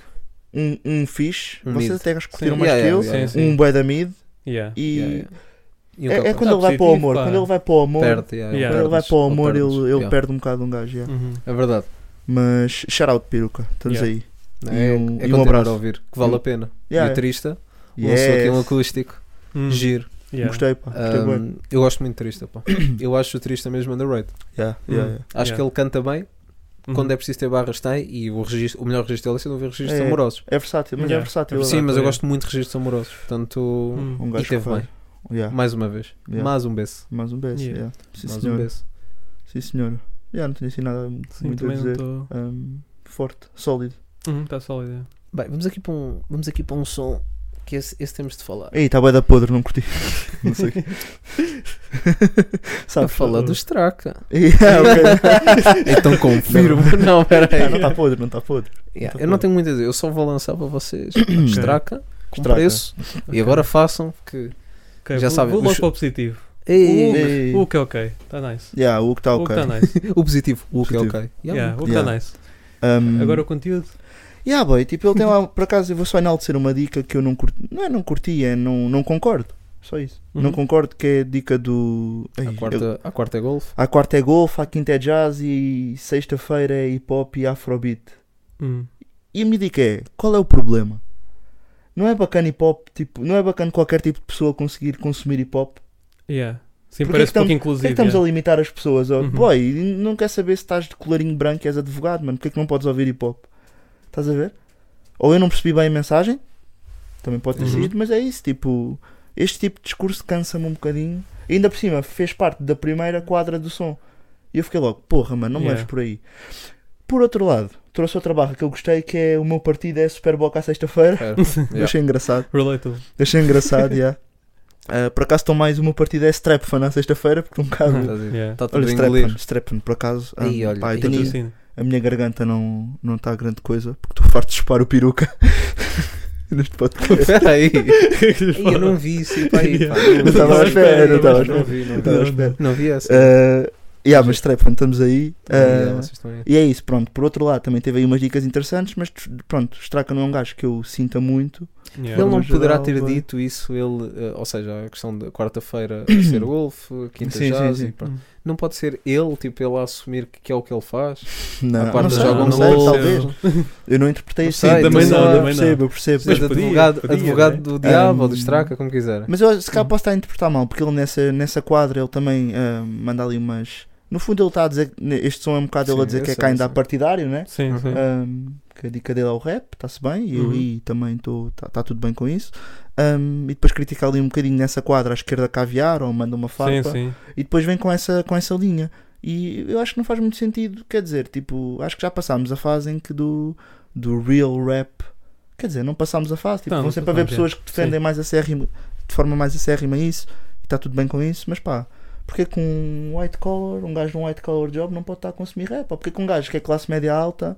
E: um, um fixe,
F: Um
E: vocês
F: mid.
E: até acho que
F: Sim,
E: curtiram mais
F: yeah,
E: que eu,
F: yeah, yeah.
G: Sim,
E: um bué da mid
G: Yeah.
E: e.
F: Yeah, yeah. E um
E: É, é
F: capaz.
E: quando ele vai para o
G: positivo,
E: amor.
G: pá.
E: Quando ele vai para o amor,
F: Perde, yeah, um
G: Yeah.
E: quando ele vai
F: perdes,
E: para o
F: ou
E: amor, ele,
F: perdes.
E: ele
F: Yeah.
E: perde um bocado um gajo. yeah.
G: Uhum.
F: É verdade.
E: Mas shout out, peruca. Estamos
G: Yeah.
E: aí.
F: É,
E: um- e um
F: é continuar
E: abraço.
F: a ouvir, que vale
E: Um-
F: a pena.
E: Yeah,
F: E o Trista lançou aqui
E: Yes.
F: um acústico,
G: Uhum.
F: giro.
G: Yeah.
E: Gostei, pá. Gostei
F: Um,
E: bué.
F: eu gosto muito de Trista, pá. Eu acho o Trista mesmo underrated.
E: Yeah, yeah, yeah.
F: Acho
G: Yeah.
F: que ele canta bem,
G: Uhum.
F: Quando é preciso ter barras, tem. E o, registro, o melhor registro dele é sem dúvida registros
E: É.
F: amorosos.
E: É versátil, mas é
G: Yeah.
E: versátil.
F: Sim, mas eu
G: é.
F: gosto muito de registros amorosos. Portanto,
G: Hum.
E: Um
F: e
E: gajo
F: teve
E: que
F: bem.
E: faz. Yeah.
F: Mais uma vez.
E: Yeah.
F: Mais um beijo.
E: Mais um beijo.
G: Yeah.
E: yeah. Sim,
F: Mais
E: senhor.
F: um beijo.
E: Sim, senhor. Já não tenho assim nada
G: Sim,
E: muito a
G: também não Uhum, tá
E: dizer.
G: estou.
E: Um, forte, sólido.
G: Está sólida.
F: Bem, vamos aqui para um, vamos aqui para um som que esse, esse temos de falar.
E: Ei, está bué da podre, não curti. não sei.
F: Tá Está a
E: Sabes?
F: falar do Straka.
E: Tá Yeah, É, ok.
F: Então confirmo. Não,
E: Ah, não
F: peraí.
E: está podre, não está podre.
F: Yeah,
E: Tá
F: eu
E: bom.
F: não tenho muito a dizer, eu só vou lançar para vocês Straca com
E: Straca.
F: preço e agora façam que
G: Ok,
F: Já
G: vou,
F: sabem,
G: Vou
F: os-
G: logo para o positivo.
F: Ei,
E: Ei.
G: O que é ok. Está nice.
E: Yeah, o que está
G: O que
E: Tá ok.
G: está nice.
F: o positivo, o que é
E: Positivo.
F: ok.
G: Yeah,
F: Yeah,
G: O que está
E: Yeah.
G: nice.
E: Um,
G: Agora o conteúdo.
E: Yeah, boy, tipo, ele tem lá, por acaso, eu vou só enaltecer uma dica que eu não curti. Não é não curti, é não, não concordo. Só isso. Não
G: Uhum.
E: concordo que é a dica do. Ei,
F: A quarta,
E: eu-
F: a quarta é golfe.
E: à quarta é golfe, à quinta é jazz e sexta-feira é hip hop e afrobeat.
G: Hum.
E: E a minha dica é: qual é o problema? Não é bacana hip hop, tipo, não é bacana qualquer tipo de pessoa conseguir consumir hip hop.
G: Yeah. Sim,
E: Porquê
G: parece pouco
E: que tam- Por que é
G: inclusivo.
E: que estamos a
G: yeah.
E: limitar as pessoas? ó?
G: Uhum.
E: Boy, não quer saber se estás de colarinho branco e és advogado, mano. Porquê é que não podes ouvir hip hop? Estás a ver? Ou eu não percebi bem a mensagem, também pode ter
G: Uhum.
E: sido, mas é isso. Tipo, este tipo de discurso cansa-me um bocadinho. E ainda por cima, fez parte da primeira quadra do som. E eu fiquei logo, porra, mano, não me
G: Yeah.
E: leves por aí. Por outro lado, trouxe outra barra que eu gostei, que é o meu partido é Super Boca à sexta-feira.
F: Espera.
E: Eu Achei engraçado.
G: Relatable.
E: Achei engraçado, yeah. Ah, por acaso estou mais o meu partido é Strapfan à sexta-feira, porque um bocado
F: Estás a ver?
G: Tá Yeah.
F: Está Tá tudo
E: Olha,
F: em
E: Strapon,
F: inglês.
E: Strapon, por acaso.
F: Aí,
E: ah,
F: olha,
E: pá, eu
F: aí.
E: tenho-
G: Patrocínio.
E: a minha garganta não não está a grande coisa, porque estou farto de chupar o peruca neste podcast.
F: Espera aí. Ei, Eu não vi isso. Pá, aí, pá.
E: Não estava à espera, não estava à
F: Não
E: espera.
F: vi, não vi.
E: Não estava à espera.
F: Não vi essa.
E: Ah, yeah, mas Strapon, estamos aí.
F: Não vi,
E: ah,
F: ah, vocês estão aí.
E: e é isso, pronto. Por outro lado, também teve aí umas dicas interessantes, mas pronto, Straka não é um gajo que eu sinta muito.
G: Yeah.
F: Ele não
E: no
F: poderá
E: geral,
F: ter
E: vai.
F: dito isso, ele, eh, ou seja, a questão da quarta-feira ser golfe, quinta
E: Sim, sim,
F: jazz
E: sim.
F: e pronto.
G: Hum.
F: Não pode ser ele, tipo, ele a assumir que que é o que ele faz.
E: Não,
F: a quarta
E: não sei,
F: joga um
E: não sei,
F: gol,
E: talvez. Eu não interpretei
F: Não
E: assim.
F: sei, também
E: então,
F: não,
E: Eu
G: também não.
E: percebo, eu percebo.
G: Mas
F: Seja
G: podia,
F: advogado,
G: podia,
F: advogado
G: né?
F: do diabo ou do
E: Ahm,
F: estraca, como quiser.
E: Um, Mas eu se calhar posso estar a interpretar mal, porque ele nessa, nessa quadra ele também ah, manda ali umas. No fundo ele está a dizer que ne- este som é um bocado ele a
F: Sim,
E: dizer
F: eu
E: que é
F: sei,
E: cá
F: eu
E: ainda
F: sei.
E: partidário, né?
G: Sim, sim.
E: Um, que a dica dele é o rap, está-se bem, e eu
G: Uhum.
E: aí também está tá tudo bem com isso. Um, e depois critica ali um bocadinho nessa quadra à esquerda caviar ou manda uma farpa
G: Sim, sim.
E: e depois vem com essa, com essa linha. E eu acho que não faz muito sentido, quer dizer, tipo, acho que já passámos a fase em que do, do real rap, quer dizer, não passámos a fase, tipo,
G: Não,
E: vão
G: não
E: sempre haver
G: passámos, é.
E: pessoas que defendem mais acérrimo, de forma mais acérrima isso, e está tudo bem com isso, mas pá, porque que um white collar, um gajo num white collar job não pode estar a consumir rap? Ou porque que um gajo que é classe média alta,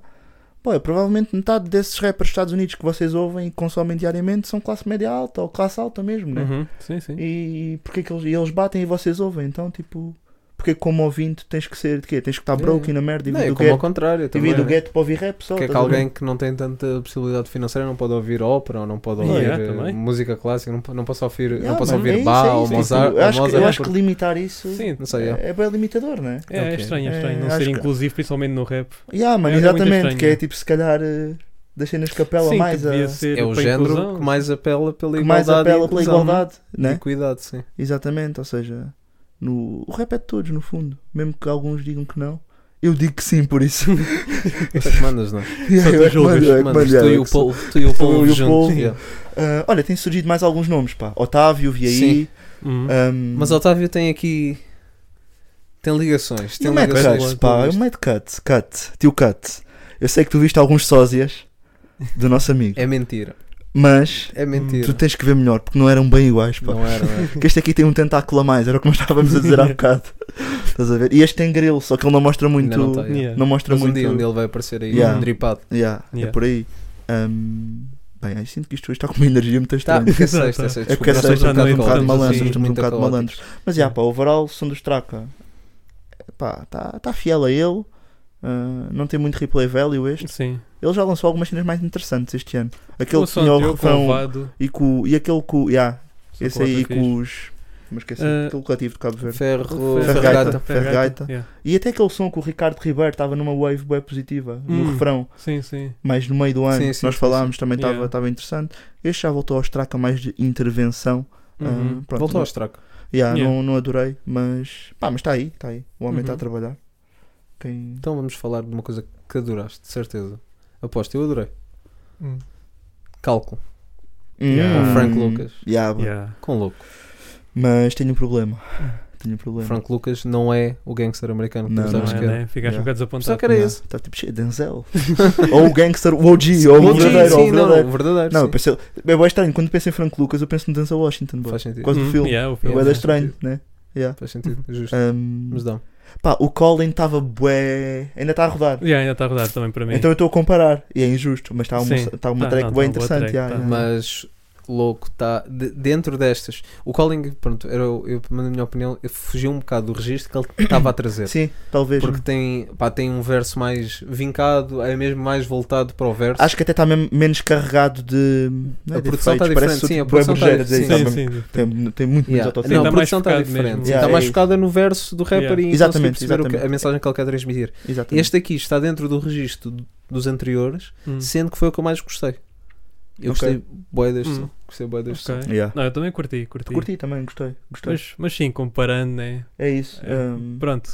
E: pô, é provavelmente metade desses rappers dos Estados Unidos que vocês ouvem e consomem diariamente são classe média alta ou classe alta mesmo, né?
G: Uhum. Sim, sim.
E: E porque é que eles, e eles batem e vocês ouvem? Então, tipo, porque é que como ouvinte tens que ser de quê? Tens que estar
F: É.
E: broke e na merda e
F: Não,
E: vir
F: é
E: do
F: como ao
E: gueto
F: contrário
E: e vir
F: também.
E: do
F: né?
E: gueto tá para ouvir rap só.
F: Que é que
E: estás a ver?
F: alguém que não tem tanta possibilidade financeira não pode ouvir ópera, ou não pode
G: Yeah,
F: ouvir eh,
G: também.
F: música clássica, não, po- não posso ouvir,
E: Oh, Yeah,
F: não posso
E: mano, é
F: ouvir
E: isso,
F: Bach
E: é
F: ou
E: isso.
F: Mozart.
E: Eu acho,
F: ou
E: que,
F: Mozart,
E: eu acho que
F: porque-
E: limitar isso
G: Sim.
F: Não sei, é.
E: é, é bem limitador, né?
G: É, é
F: Ok.
G: estranho, é
E: É,
G: estranho. não
E: acho
G: ser
E: que-
G: inclusivo, principalmente no rap.
E: Yeah, mano,
G: É, é muito
E: exatamente,
G: estranho,
E: que é
G: é.
E: tipo se calhar eh, das cenas que apela
G: sim,
E: mais
G: que devia
E: a.
G: ser
F: é o
G: para
F: género
G: inclusão.
F: que mais apela pela
E: que mais
F: igualdade.
E: apela
F: e
E: pela
F: inclusão,
E: igualdade,
F: né?
E: né?
F: Equidade, sim.
E: Exatamente, ou seja, no... o rap é de todos, no fundo, mesmo que alguns digam que não. Eu digo que sim, por isso.
F: Isso é que mandas, não é?
E: Yeah, eu é que
G: julgas,
E: mando, eu é que
F: Mandas,
E: mando,
F: tu
E: yeah,
F: e
E: eu
F: o
E: que sou-
F: povo, tu e o
E: sou eu
F: povo
E: e o
F: juntos.
E: povo.
F: yeah.
E: Ah, olha, tem surgido mais alguns nomes, pá. Otávio, Viaí.
F: Sim.
G: Uhum.
E: Um,
F: Mas Otávio tem aqui. Tem ligações.
E: e
F: Tem
E: o Mad
F: ligações.
E: Cuts,
F: com
E: pá.
F: isto.
E: O Mad Cuts, Cut, tio Cut. Eu sei que tu viste alguns sósias do nosso amigo,
F: É mentira.
E: mas
F: É
E: tu
F: mentira.
E: tens que ver melhor, porque não eram bem iguais, pá.
F: Não é. era, não era.
E: Porque este aqui tem um tentáculo a mais, era o que nós estávamos a dizer há bocado. Estás a ver? E este tem grilo, só que ele não mostra muito.
F: Ainda não tem.
G: Yeah.
E: não mostra
F: Mas um
E: muito.
F: dia onde ele vai aparecer aí,
E: Yeah.
F: um dripado.
E: Yeah, É
G: Yeah.
E: por aí. Um, bem, aí sinto que isto hoje está com uma energia muito
F: Tá,
E: estranha.
F: porque é
G: Exato.
F: sexta, é sexta.
E: É porque é
F: desculpa, nós
E: sexta,
F: estamos um
G: não,
F: bocado
G: estamos
F: caóticos,
G: malandros,
F: sim,
E: estamos um
F: muito
E: bocado
F: caóticos.
E: malandros. Mas já, pá, o overall som do Straka pá, tá, tá fiel a ele. ah, não tem muito replay value este.
G: Sim.
E: Ele já lançou algumas cenas mais interessantes este ano. É, Aquele
G: Aquele
E: que tinha o refrão
G: Vado,
E: e, com, e aquele com. Yeah,
G: só
E: esse
G: com
E: aí
G: outra
E: com os. Mas esqueci,
G: Ah,
E: aquele coletivo de Cabo Verde.
F: Ferro,
E: Ferro-
F: ferragata.
E: Fergaita.
G: Yeah.
E: E até aquele som que o Ricardo Ribeiro estava numa wave bem positiva, no
G: Hum.
E: refrão,
G: Sim, sim.
E: mais no meio do ano,
F: Sim,
E: que
F: sim,
E: nós
F: sim,
E: falámos, também estava
G: Yeah.
E: estava interessante. Este já voltou ao Straka mais de intervenção. ah,
G: Uhum.
E: pronto,
F: Voltou ao
E: mas-
F: estraco.
E: Yeah,
G: Yeah.
E: Não, não adorei, mas pá, mas está aí, está aí. O homem está
G: Uhum.
E: a trabalhar. Quem...
F: Então vamos falar de uma coisa que adoraste, de certeza. Aposto, eu adorei.
G: Hum.
E: Uhum.
F: Cálculo,
G: Yeah.
F: Com Frank Lucas.
E: Yeah, Hum. bro.
G: Yeah. Ah.
F: com louco.
E: Mas tenho um problema. Tenho um problema.
F: Frank Lucas não é o gangster americano que
E: Não,
F: tu
G: Não
F: sabes
G: é,
F: que era.
G: né? Ficaste
E: Yeah.
G: um bocado
F: Só
G: desapontado.
F: que era
E: Não,
F: esse.
E: Tá tipo cheio de Denzel. ou o gangster, o OG, ou o
F: Sim,
E: verdadeiro, ou o
F: sim, não,
E: verdadeiro.
F: o verdadeiro.
E: Não, eu
F: sim.
E: pensei, é bem estranho, quando penso em Frank Lucas, eu penso no Denzel Washington, bro.
F: faz sentido.
E: Quase do
G: Hum,
E: filme.
G: yeah, o
E: É
G: filme.
E: bué
G: faz
E: estranho,
F: sentido.
E: né?
F: Faz sentido, justo.
E: Um,
F: Mas dá.
E: pá, o Colin estava bué. Ainda está a rodar.
G: Yeah, ainda está a rodar também para mim.
E: Então eu estou a comparar. E é injusto, mas está
G: Sim.
E: uma, tá uma
G: Tá,
E: track
G: não, tá
E: bem
G: uma boa
E: interessante.
G: track, tá.
E: yeah, yeah.
F: Mas louco, tá de- dentro destas. O Colling, pronto, era, o- eu, na minha opinião, ele fugiu um bocado do registro que ele estava a trazer.
E: Sim, talvez.
F: Porque tem, pá, tem um verso mais vincado, é mesmo mais voltado para o verso.
E: Acho que até está mesmo menos carregado de. Não é
F: A produção tá diferente,
E: defeitos, parece
F: sim, a
E: bué
F: produção tá-
E: burjeira dizer isso,
F: sim,
E: mas
G: sim, sim.
E: Tem, tem muito menos
F: Yeah.
E: autotune.
G: Sim,
F: Não, a
G: tá mais
F: produção está
G: focado
F: diferente.
G: mesmo.
F: Está
E: Yeah,
F: mais
E: é
F: focada no verso do rapper
G: Yeah.
F: e
E: Exatamente,
F: exatamente, perceber o que-
E: exatamente.
F: a mensagem que ele quer transmitir.
E: Exatamente.
F: Este aqui está dentro do registro do- dos anteriores,
G: Hum.
F: sendo que foi o que eu mais gostei. Eu
E: Ok.
F: gostei boa deste
G: Hum.
F: som. Gostei boa deste som.
G: Ok.
E: Yeah.
G: Não, eu também curti, curti.
E: Curti também, gostei. gostei.
G: Mas, mas sim, comparando, né?
E: é isso.
G: É,
E: um,
G: Pronto.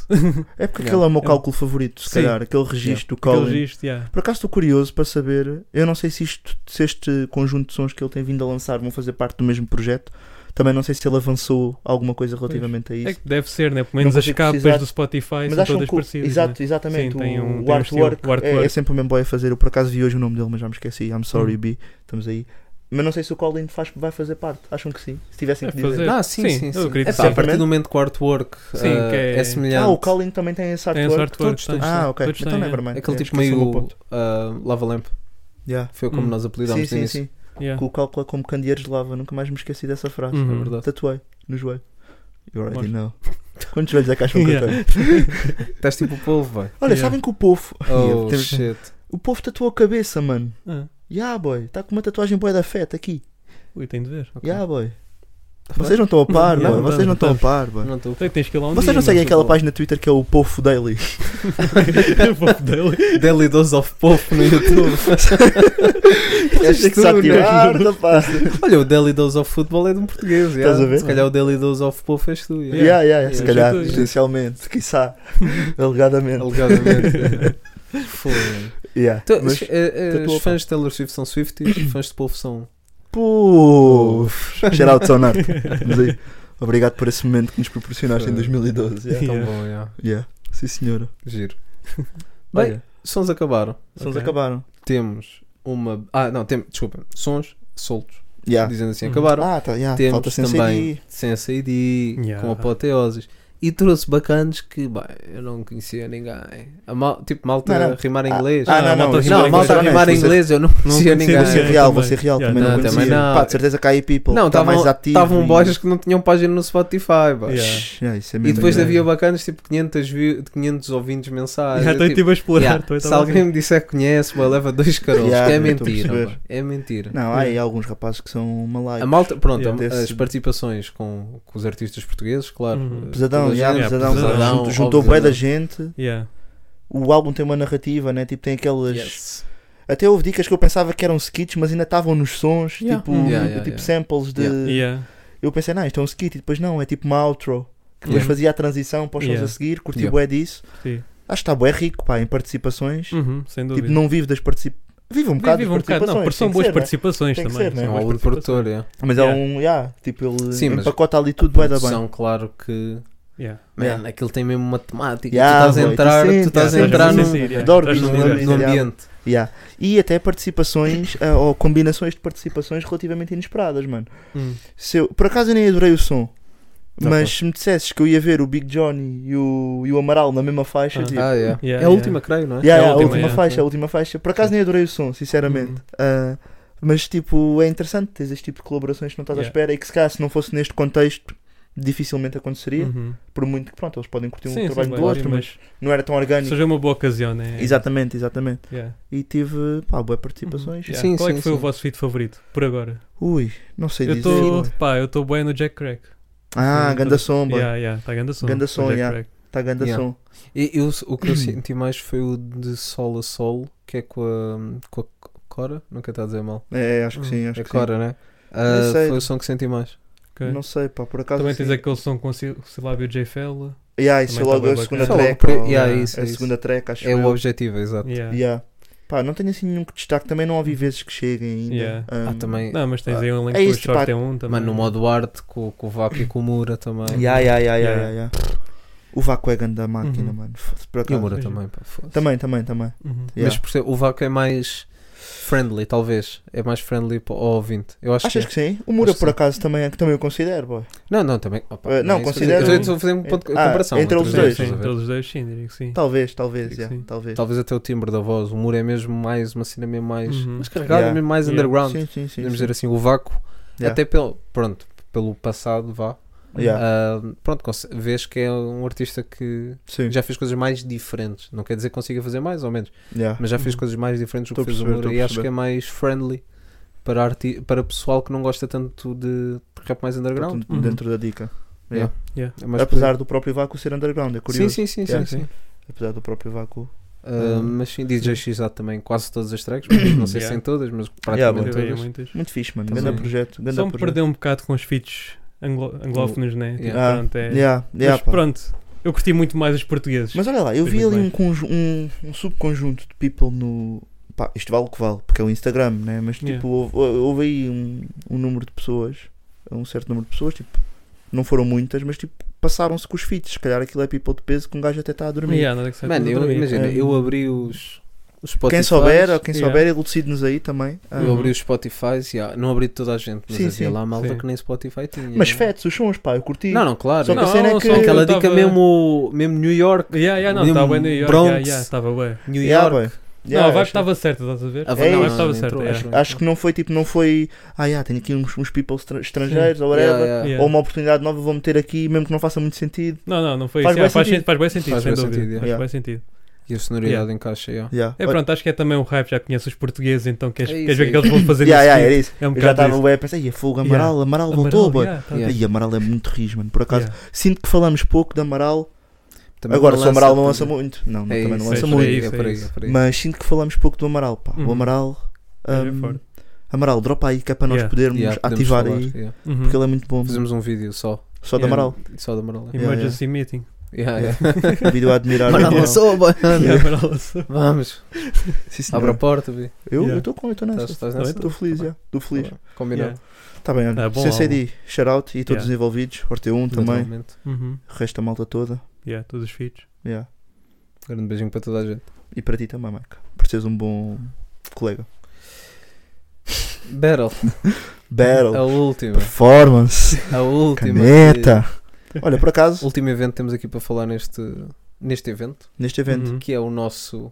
E: é
F: Yeah.
E: porque aquele é o meu
G: É um-
E: cálculo favorito, se
G: Sim.
E: calhar. Aquele registro do
G: Aquele
E: Colin.
G: registro, yeah.
E: Por acaso estou curioso para saber. Eu não sei se, isto, se este conjunto de sons que ele tem vindo a lançar vão fazer parte do mesmo projeto. Também não sei se ele avançou alguma coisa relativamente a isso.
G: É que deve ser, né? Pelo menos
E: Não
G: as
E: consigo
G: capas
E: precisar.
G: do Spotify
E: Mas
G: são
E: acham
G: todas
E: que o-
G: parecidas.
E: exato,
G: né?
E: exatamente.
G: Sim, tem
E: o,
G: um-
E: o
G: tem um estilo,
E: artwork,
G: o artwork. Hum.
E: É, é sempre o mesmo boy a fazer. Eu por acaso vi hoje o nome dele, mas já me esqueci. I'm sorry, B. Estamos aí. Mas não sei se o Colin faz, vai fazer parte. Acham que sim? Se tivessem
G: É
E: que dizer.
G: fazer.
F: Ah, sim,
G: Sim,
F: sim.
G: eu
F: sim.
G: acredito
F: Epá,
E: que
F: a
E: sim.
F: partir do momento que o artwork
G: Sim,
F: ah,
G: que é-
F: é semelhante.
E: Ah, o Colin também tem esse
G: Tem esse
E: artwork.
G: artwork.
F: todos
G: tá.
E: Ah, ok.
G: Todos
E: então
G: têm,
E: nevermind.
F: Aquele tipo
E: É, esqueci o meu
F: meio
E: ponto.
F: ah, lava lamp.
E: Yeah.
F: Foi como
G: Hum.
F: nós
E: Sim,
F: apelidámos no
E: sim,
F: início.
E: sim.
G: Yeah.
E: Que o cálculo é como candeeiros de lava. Nunca mais me esqueci dessa frase.
G: Uhum.
F: É verdade.
E: Tatuei no joelho. You already
G: Mostra.
E: know. Quantos velhos é que acham que eu
G: Yeah.
E: tenho?
F: Estás tipo o polvo, vai.
E: Olha,
G: Yeah.
E: sabem que o povo.
F: Oh,
E: Temos-
F: shit.
E: O povo tatuou a cabeça, mano.
G: Ah,
E: Yeah, boy. Está com uma tatuagem boa da feta aqui.
G: ui, tenho de ver.
F: Ok.
E: Yeah, boy. Vocês não estão a par,
G: Não,
E: boy.
G: não,
E: Vocês não
G: não
E: estão a par, boy.
F: Não estou.
G: Sei que tens que ir lá um
E: Vocês
G: dia,
E: não seguem
G: mas-
E: aquela página no Twitter que é o Pofo Daily?
G: Dele.
F: Daily Dose of Povo no YouTube. És
E: Vocês têm que é se
F: tu, né?
E: ativar, rapaz.
F: Olha, o Daily Dose of Football é de um português. yeah.
E: Estás a ver?
F: Se calhar o Daily Dose of Povo é és tu. yeah.
E: Yeah, yeah, yeah, se
F: Yeah.
E: calhar,
G: Yeah.
E: potencialmente, quiçá, alegadamente.
F: Alegadamente. Foda-se.
E: Yeah.
F: Então,
E: Mas,
F: os- eh, eh,
E: tatuou,
F: os fãs de Taylor Swift são Swifties, os fãs de Povo são.
E: puf, Geraldo Sonarte, vamos aí. Obrigado por esse momento que nos proporcionaste em 2012. Yeah.
F: É Tão
G: Yeah.
F: bom, yeah.
E: Yeah. Sim, senhora.
F: Giro. Bem,
E: Olha,
F: sons acabaram.
E: sons
G: ok.
E: acabaram.
F: Temos uma. Ah, não, tem... desculpa. Sons soltos.
E: Yeah.
F: Dizendo assim,
G: Hum.
F: acabaram.
E: Ah, tá, yeah.
F: Temos
E: falta sem
F: também
E: CD.
F: Sense ID,
G: Yeah.
F: com apoteoses. E trouxe bacanas que, bem, eu não conhecia ninguém. A mal, tipo, malta
E: Não, não.
F: rimar em inglês.
E: Ah,
G: Ah,
E: não,
G: malta
E: não,
G: a
E: isso
G: rimar
F: não,
E: é
G: em
F: malta a
G: inglês.
F: rimar em
E: honesto,
F: inglês, eu não conhecia
G: conhecia
E: Vou
F: ninguém.
E: ser
G: Yeah,
E: real, vou
G: também.
E: ser real,
G: Yeah,
E: também não,
F: não,
E: conhecia.
F: também não.
E: Pá, de certeza que há aí people.
F: Não, um,
E: que tá mais ativo.
F: estavam
E: e-
F: bojas que não tinham página no Spotify, pá.
G: Yeah.
E: Shhh, yeah, isso é
F: E
E: mesmo
F: depois
E: grave.
F: havia bacanas, tipo, 500, view, 500 ouvintes mensais.
G: Já
F: Eu,
G: estou
F: tipo,
G: tipo a explorar.
F: yeah,
G: estou a-
F: se
G: estava
F: alguém me disser que conhece, pá, leva dois carolos,
E: Yeah,
F: que é
E: eu estou a
F: mentira,
E: perceber.
F: pá, é mentira.
E: Não, há aí alguns rapazes que são malaios.
F: A malta, pronto,
G: Yeah.
F: a-
E: Desse-
F: as participações com, com os artistas portugueses, claro.
G: Uhum.
F: toda
E: Pesadão,
F: a
E: já,
F: gente-
G: yeah,
E: pesadão, pesadão.
F: é, pesadão,
E: Junto- Juntou
F: óbvio,
E: bem da
F: não.
E: gente.
G: Yeah.
E: O álbum tem uma narrativa, né? Tipo, tem aquelas.
F: Yes.
E: Até houve dicas que eu pensava que eram skits, mas ainda estavam nos sons,
G: Yeah.
E: tipo,
G: Mm.
F: Yeah, yeah,
E: tipo
F: yeah.
E: samples de.
G: Yeah.
E: Eu pensei, não, isto é um skit, e depois não, é tipo uma outro. Que depois
G: Yeah.
E: fazia a transição para os sons
G: Yeah.
E: a seguir, curti
F: Yeah.
E: bué disso.
G: Sim.
E: Acho que está bué rico, pá, em participações.
G: Uhum, sem dúvida.
E: Tipo, não vivo das participações. Vive um bocado
G: Vive
E: das
G: um bocado, não,
E: participações.
G: porque são
E: tem que
G: boas
E: ser, né?
G: participações
E: Tem que
G: também.
E: ser, né?
G: são
F: É um
G: boas
F: álbum de produtor, é.
E: Mas
G: Yeah.
E: é um, yeah, tipo, ele
F: Sim, mas-
E: empacota ali tudo, bué da bem.
F: São, claro que.
G: Yeah.
F: Man,
E: Yeah.
F: aquilo tem mesmo uma temática.
E: Yeah,
F: tu estás
E: boy,
F: a entrar,
E: tu sentes,
F: tu estás a
E: yeah,
F: entrar
E: tu
F: num,
E: sentes
G: yeah.
E: Adoro
G: Estás
E: isso,
G: num
E: adoro
F: num,
E: isso,
G: ambiente.
F: num
E: yeah.
F: ambiente.
E: Yeah. E até participações eh, ou combinações de participações relativamente inesperadas, mano.
G: Hum.
E: Se eu- por acaso eu nem adorei o som,
F: Não
E: mas se me dissesses que eu ia ver o Big Johnny e o, e o Amaral na mesma faixa,
G: Ah.
E: tipo,
F: Ah, yeah.
G: Yeah,
F: é a
G: yeah.
F: última, creio, não é?
E: yeah,
G: é a
E: yeah, a última,
G: última, Uhum. yeah.
E: faixa, a última faixa. Por acaso nem adorei o som, sinceramente. Ah, mas tipo, é interessante teres este tipo de colaborações que não estás à
G: Yeah.
E: espera e que se calhar se não fosse neste contexto dificilmente aconteceria,
G: Uhum.
E: por muito que pronto, eles podem curtir um
G: Sim, sim,
E: trabalho
G: bem,
E: do outro, mas
G: mas
E: não era tão orgânico.
G: seja uma boa ocasião, né?
E: Exatamente, exatamente.
G: Yeah.
E: E tive, pá, boas participações.
G: Uhum. Yeah.
F: Sim,
G: Qual é
F: sim,
G: que foi o
F: sim.
G: vosso feed favorito, por agora?
E: Ui, não sei
G: Eu
E: dizer.
G: estou, pá, eu estou bem no Jack Crack.
E: Ah,
G: Sim,
E: ganda
G: tudo.
E: som, boy.
G: Yeah, yeah, tá ganda som.
E: Ganda
G: o
E: som,
G: Jack
E: yeah.
G: Crack.
E: Tá ganda
F: Yeah.
E: som.
F: E eu, o
G: Uhum.
F: que eu senti mais foi o de Sol a Sol, que é com a, com a Cora, nunca está a dizer mal.
G: Uhum.
E: É, acho que sim, acho
F: É
E: que sim.
F: Cora, né?
E: Eu
F: Ah,
E: sei.
F: foi o som que senti mais.
G: Ok.
E: Não sei, pá, por acaso.
G: Também tens
E: sim.
G: aquele som com o Sil- Silábio J. Fella.
E: Yeah, isso é
G: também tá
E: logo
G: bué
E: a
G: bacana.
E: segunda
F: Isso é logo
E: track.
F: pre-
E: ou-
F: yeah, isso,
E: a
F: isso.
E: segunda track, acho
F: É
E: eu.
F: o objetivo, exato.
G: Yeah. Uhum.
E: Yeah. Pá, não tenho assim nenhum que destaque. Também não ouvi vezes que cheguem ainda.
G: Yeah.
F: Ah,
E: Um,
F: também.
G: Não, mas tens aí um link
E: É
G: com o
E: isto, pá.
G: Short é um também.
F: Mano, no modo arte, com, com o Vapo e com o Mura também.
E: Yeah, yeah, yeah, yeah,
G: Yeah.
E: yeah, yeah. O vácuo é grande da máquina,
G: Uhum.
E: mano. Foda-se, Por
F: E o
E: acaso.
F: Mura também, pá, foda-se.
E: Também, também, também.
G: Uhum.
E: Yeah.
F: Mas por ser, o Vaco é mais friendly, talvez. É mais friendly para o ouvinte. Eu acho
E: Achas
F: que.
E: que sim? O Mura,
F: Acho que
E: por
F: sim.
E: acaso, também, é que também eu considero, boy.
F: é. Não, não, também. opa,
E: Eh, não,
F: é isso.
E: considero-
F: Eu estou a fazer um ponto de
E: Ah,
F: comparação.
E: entre os
G: Sim,
E: dois.
G: Sim,
E: Tá
F: estás a ver?
G: entre os dois, sim, diria que sim.
E: Talvez, talvez,
G: Digo que
E: yeah,
G: sim.
E: talvez.
F: Talvez até o timbre da voz. O Mura é mesmo mais uma cena mesmo mais.
G: Uhum.
F: Mas carregada,
E: Yeah.
F: mesmo mais
G: Yeah.
F: underground.
E: Sim, sim, sim.
F: Podemos
E: sim.
F: dizer assim, o Vaco.
E: Yeah.
F: Até pelo. Pronto, pelo passado, vá.
E: Yeah.
F: Ah, pronto, conse- vês que é um artista que
E: Sim.
F: já fez coisas mais diferentes. Não quer dizer que consiga fazer mais ou menos,
E: Yeah.
F: mas já fez
G: Uhum.
F: coisas mais diferentes do
E: Tô
F: que
E: a
F: fez o
E: perceber, tô
F: Moura.
E: a
F: E acho
E: perceber.
F: que é mais friendly para, arti para pessoal que não gosta tanto de de rap mais underground.
E: Portanto, Dentro da dica. Yeah.
F: É mais
E: Apesar do próprio vácuo ser underground, é
F: por-
E: curioso.
F: Sim, sim, sim.
E: Yeah.
F: sim, sim.
E: Apesar do próprio vácuo.
F: Ah, mas sim, DJ XA também, quase todas as tracks. mas Não sei se
G: Yeah.
F: em todas, mas
E: Yeah, bom.
F: praticamente
G: Eu vejo
F: todas.
G: muitas.
E: Muito fixe, mano.
F: Também.
E: Grande projeto. Grande
G: Só me
E: projeto.
G: perdeu um bocado com os feats anglo- anglófonos, né? Tipo,
F: Yeah.
G: pronto, é-
E: Ah, Yeah, yeah,
G: Mas
E: pá.
G: pronto, eu curti muito mais os portugueses.
E: Mas olha lá, eu
G: Fez
E: vi
G: muito
E: ali
G: bem.
E: um, conju- um- um subconjunto de people no. Pá, isto vale o que vale, porque é o Instagram, né? Mas tipo,
G: Yeah.
E: houve, houve aí um, um número de pessoas, um certo número de pessoas, tipo, não foram muitas, mas tipo, passaram-se com os feats. Se calhar aquilo é people de peso que um gajo até está a dormir.
G: Yeah, nada que saiba
F: Mano,
G: tudo
F: eu,
G: dormir.
F: imagina,
E: É.
F: eu abri os, os Spotify.
E: Quem souber, ou quem
G: Yeah.
E: souber, elucide-nos aí também. Ah,
F: Eu abri os Spotify, yeah, não abri toda a gente, mas
E: Sim,
F: havia
E: sim.
F: lá malta
G: Sim.
F: que nem Spotify tinha. né?
E: Mas fetes os sons, pá, eu curti.
F: Não, não, claro.
E: Só que
F: Não,
E: a cena é
G: Não,
E: que.
G: só
F: aquela
G: eu
F: dica
G: tava-
F: mesmo, mesmo New York.
G: Yeah, yeah, não,
F: Mesmo
G: estava bem New York.
F: Bronx.
G: Yeah, yeah, estava bem.
F: New
E: Yeah,
F: York.
E: boy.
G: não, a
E: Yeah,
G: vibe
E: acho-
G: estava certa, estás a ver?
F: A não,
E: É isso.
F: não,
G: Estava
F: não
G: certo,
F: entrou,
G: é.
F: acho não
E: Acho que
F: entrou.
E: não foi tipo, não foi. Ah, yeah, tenho aqui uns, uns people estra- estrangeiros ou whatever.
F: Yeah, yeah.
G: Yeah.
E: Ou uma oportunidade nova, vou meter aqui, mesmo que não faça muito sentido.
G: Não, não, não foi
E: Faz
G: isso. Yeah,
E: bué
G: Faz,
E: sentido.
G: sen- faz bem sentido,
F: Faz
G: sem
F: bué
G: dúvida.
F: sentido,
G: Faz
E: yeah.
G: bem sentido.
F: E a sonoridade
G: Yeah.
F: encaixa, yeah.
E: Yeah.
G: É pronto, acho que é também um hype, já conheces os portugueses, então queres,
F: É isso,
G: queres ver o que
F: é
G: eles vão fazer
E: Yeah,
G: no
E: yeah, era
G: seguinte?
E: isso.
G: É um
E: eu já
G: bocado
E: estava
G: isso.
E: ué, pensei, "Ia, fogo,
G: Yeah.
E: Amaral, Amaral voltou,
G: Amaral,
E: boy.
G: yeah, tá-
F: Yeah.
E: E Amaral é muito rijo, mano. Por acaso,
G: yeah.
E: sinto que falamos pouco de Amaral.
F: Também
E: Agora, se o Amaral não
F: tudo.
E: lança muito. Não, não,
F: É
E: também
F: isso,
E: não
G: é
E: lança
G: isso,
E: muito.
G: é isso.
F: É por aí, é por aí.
E: Mas sinto que falamos pouco do Amaral, pá.
G: Uhum.
E: O Amaral.
G: É
E: hum,
G: forte.
E: Amaral, dropa aí, que é para nós
G: Yeah.
E: podermos
F: Yeah, podemos
E: ativar
F: falar,
E: aí.
F: yeah.
G: Uhum.
E: Porque ele é muito bom.
F: Fazemos um vídeo só.
E: Só do
F: Yeah,
E: Amaral.
F: Só do Amaral. yeah.
E: Yeah,
G: Emergency meeting.
F: Yeah,
E: Yeah.
F: yeah.
E: Um vídeo a admirar. o
F: Amaral
E: Amaral.
F: lançou, boy.
G: Yeah, Amaral lançou.
F: Vamos.
E: Sim, senhora.
F: Abre a porta, vi.
E: Eu
G: Yeah.
E: estou com, eu estou
F: Estás-
E: nessa.
F: Estás nessa?
E: Estou feliz, já. Estou é feliz.
F: Tá bem. Combinado.
G: Yeah.
E: Está bem,
G: Ah,
E: olha.
G: bom
E: CCD, shout out e todos
G: Yeah.
E: os envolvidos. Orteu1 também.
F: Naturalmente.
G: Uhum.
E: O resto da malta toda.
G: Yeah, todos os feats.
E: Yeah.
F: Grande beijinho para toda a gente.
E: E para ti também, Mike. Por seres um bom colega.
F: Battle.
E: Battle.
F: A última.
E: Performance.
F: A É última.
E: Caneta. Olha, por acaso,
F: Último evento que temos aqui para falar neste, neste evento,
E: neste evento,
G: Uhum.
F: que é o nosso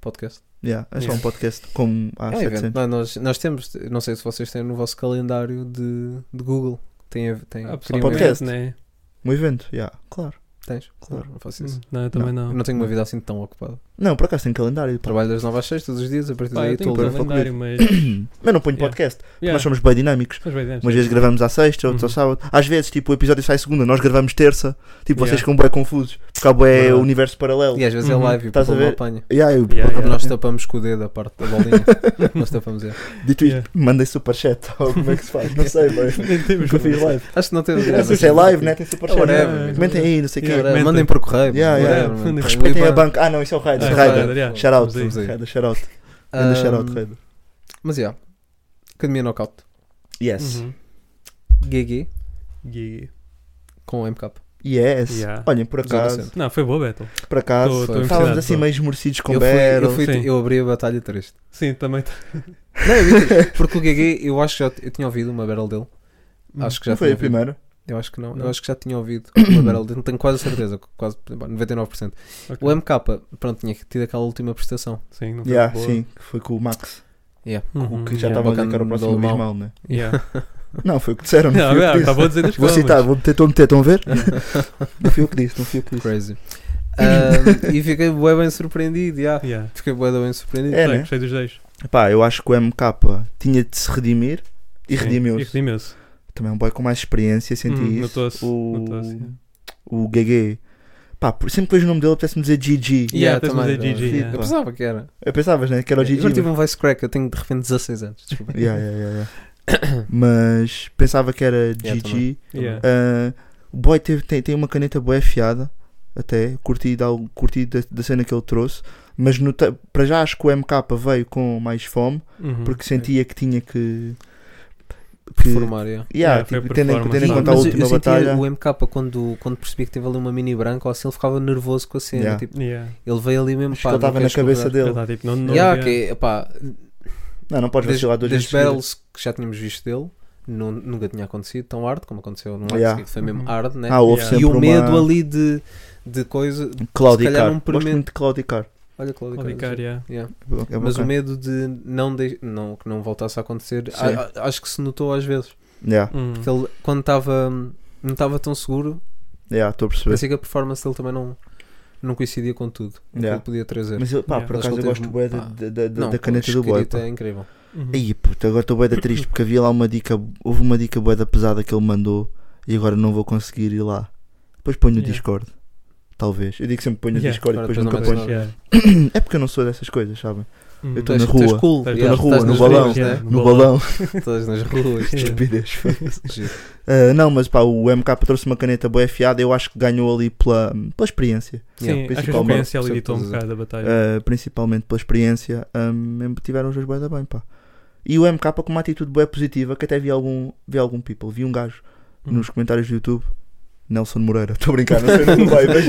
F: podcast.
E: yeah, é só
G: Yeah.
E: um podcast como há
F: é um evento.
E: 700.
F: Não, nós, nós temos, não sei se vocês têm no vosso calendário de, de Google. Tem, a- tem
G: Ah,
F: criam
G: pessoal,
E: um podcast.
G: né?
F: é?
G: Hum,
E: Um evento, yeah, claro.
F: Tens?
E: Claro.
F: Não, não faço isso.
G: Não, eu também não.
F: Eu não tenho uma vida assim tão ocupada.
E: Não, por acaso tem calendário. pá.
F: Trabalho das 9 às 6 todos os dias, a partir
G: Pá,
F: daí
G: eu tenho
F: estou
G: um
E: todo-
F: livre.
G: calendário, mas.
E: Mas não ponho
G: Yeah.
E: podcast. porque
G: Yeah.
E: Nós somos bem dinâmicos.
G: Mas bem, damos.
E: Umas vezes gravamos à sexta, outras
G: Uhum.
E: ao sábado. Às vezes, tipo, o episódio sai segunda, nós gravamos terça. Tipo,
G: Yeah.
E: vocês ficam bem confusos. Porque há bué
G: Verdade.
E: universo paralelo.
F: E às vezes
G: Uhum.
F: é live e o
E: Estás a
F: pessoal não
E: ver? É,
F: apanha.
E: Yeah, eu-
G: Yeah, yeah.
F: Nós tapamos com o dedo a parte da bolinha. nós tapamos, é.
E: Dito isto,
G: Yeah.
E: mandem superchat. Ou como é que se faz? Não sei, mas
G: Nem temos.
E: nunca fiz live.
F: Acho que não temos.
E: Não sei se é live, né? Tem superchat.
F: Whatever.
E: Yeah. Comentem aí, não sei o quê.
F: Whatever,
G: Comentem.
F: Mandem por correio.
E: Yeah,
F: whatever,
G: yeah.
F: mano.
G: Mandem por
F: Limpem-
E: Respeitem a banca. Ah, não, isso é o Raider.
G: Ah,
F: Raider,
E: Raider.
G: yeah.
E: Shout out.
F: Vamos aí.
E: Raider, shout out.
F: Ah,
E: Ganda shout out, Raider.
F: Mas, yeah. Academia Knockout.
E: Yes.
G: Uhum.
F: GG
G: Gigi.
F: com MK.
E: Yes.
G: Yeah.
E: Olhem, por acaso,
F: Adolescente.
G: Não, foi boa Battle.
E: por acaso,
G: Tô- tô
E: estávamos
G: emocionado,
E: assim
G: tô.
E: meio esmorecidos com
F: eu, fui, eu,
E: Battle.
F: fui,
G: Sim.
F: eu abri a batalha triste.
G: Sim, também. tá-
F: Não, eu vi, porque o GG, eu acho que já t- eu tinha ouvido uma barrel dele. Acho que já
E: Hum, Não foi
F: tinha
E: a primeira?
F: ouvido. Eu acho que não.
G: Não.
F: Eu acho que já tinha ouvido uma barrel dele. Tenho quase certeza, quase pá, 99%.
G: Ok.
F: O MK, pronto, tinha tido aquela última prestação.
G: Sim, não foi
E: Yeah,
G: boa.
E: sim, que foi com o Max.
F: Yeah.
G: Uhum.
E: O que
F: Yeah.
E: já estava a dizer que era o próximo
F: Bacana do
E: Bismal, né?
G: Yeah.
E: Não, foi o que disseram. Não,
G: Não,
E: fui eu
G: agora,
E: que disse.
G: acabou de dizer nas
E: Vou
G: calmas.
E: citar, vou meter, estou a meter, estão a ver? não fui eu que disse, não fui eu que disse.
F: Crazy. Ah, e fiquei bué bem surpreendido. Yeah.
G: Yeah.
F: Fiquei bué bem surpreendido.
E: É,
G: Bem,
E: né?
G: Gostei dos dois.
E: Pá, eu acho que o MK tinha de se redimir e
G: Sim, E
E: redimiu-se.
G: redimiu-se.
E: Também é um boy com mais experiência, senti
G: Hum,
E: isso.
G: Notou-se.
E: O-
G: Notou-se. yeah.
E: O GG. Pá, por- sempre que vejo o nome dele, apetece-me dizer GG.
G: Yeah, tens de
F: também,
G: dizer é.
F: também.
G: GG,
E: yeah.
F: Eu pensava que era.
E: Eu pensavas, né? Que era o
F: Eu
E: GG.
F: já tive um voice crack, eu tenho de repente 16 anos. Desculpa.
E: Yeah, yeah, yeah, yeah. mas pensava que era
F: Yeah,
E: GG.
G: Yeah.
E: Ah, o boy teve- tem, tem uma caneta boa afiada, até, curti, da, curti da, da cena que ele trouxe, mas no ta- para já acho que o MK veio com mais fome,
F: Hum,
G: Uhum.
E: É, porque sentia que tinha que. que
F: Performar, yeah.
E: yeah,
G: Yeah, foi
E: tipo, tendo, em-
G: performance,
E: tendo em
G: sabe?
E: conta a
F: Mas eu-
E: última
F: eu sentia
E: batalha.
F: o MK quando, quando percebi que teve ali uma mini branca, ou assim, ele ficava nervoso com a cena.
E: Yeah.
F: Tipo,
G: Yeah.
F: ele veio ali mesmo
E: Acho
F: pá,
E: que ele
F: não
E: estava na
F: queres
E: cabeça
F: cobrar.
E: dele.
G: Ele tá tipo, não, não,
F: Yeah,
G: yeah.
F: que, pá,
E: Não, não podes
F: das-
E: vacilar duas
F: das
E: vezes. seguidas.
F: battles que já tínhamos visto dele, nu- nunca tinha acontecido tão hard como aconteceu no
E: Yeah.
F: Arctic, foi mesmo
G: Uhum.
F: hard, né?
E: Ah, houve
G: Yeah.
E: sempre
F: e o medo
E: uma...
F: ali de, de coisa. se calhar
E: Claudicar.
F: não
E: Gosto
F: permite-
E: muito de claudicar.
F: Olha, Cláudio,
G: Pode ficar, yeah.
E: É
F: Mas
E: bacana.
F: o medo de não, de não que não voltasse a acontecer,
E: Sim.
F: a- a- acho que se notou às vezes.
E: Yeah,
G: Hum.
F: Porque ele, quando estava. Não estava tão seguro,
E: yeah, estou a perceber.
F: parecia que a performance dele também não, não coincidia com tudo. o que
E: Yeah.
F: ele podia trazer.
E: Mas eu, pá,
G: Yeah.
E: por
F: Acho
E: acaso
F: que
E: eu
F: ele
E: gosto
F: teve-
E: bué da,
F: pá,
E: da, da, da
F: Não, com
E: caneta do boy.
F: escrita
E: pá.
F: é incrível.
G: Uhum.
E: Aí, puta, agora estou bué da triste porque havia lá uma dica, houve uma dica bué da pesada que ele mandou e agora não vou conseguir ir lá. Depois ponho no
G: Yeah.
E: Discord. Talvez. Eu digo que sempre ponho no
G: Yeah.
E: Discord e
F: Agora
E: depois
F: depois
E: nunca
G: Pois,
F: não
E: ponho.
F: metes
G: yeah.
E: É porque eu não sou dessas coisas, sabem?
G: Hum.
E: Eu
F: Tu
E: tô-
F: és,
E: na
F: tu és
E: rua.
F: cool,
G: Estás
F: yeah,
E: na rua,
F: estás
E: no
F: nas
E: balão.
F: ruas, né?
G: Yeah.
E: No balão.
F: Estás nas ruas.
E: Estupidez.
F: Giro.
E: Ah, não, mas pá, o MK trouxe uma caneta boa afiada. Eu acho que ganhou ali pela, pela experiência.
G: Sim,
F: Yeah,
G: acho que a
E: principalmente,
G: experiência
F: percebo
G: editou um
F: todas as-
G: bocado a batalha.
E: Uh, principalmente pela experiência, um, tiveram os dois bué da bem, pá. E o MK com uma atitude bué positiva, que até vi algum, vi algum people, vi um gajo
G: Hum.
E: nos comentários do YouTube, Nelson Moreira, estou a brincar, não sei não vai, mas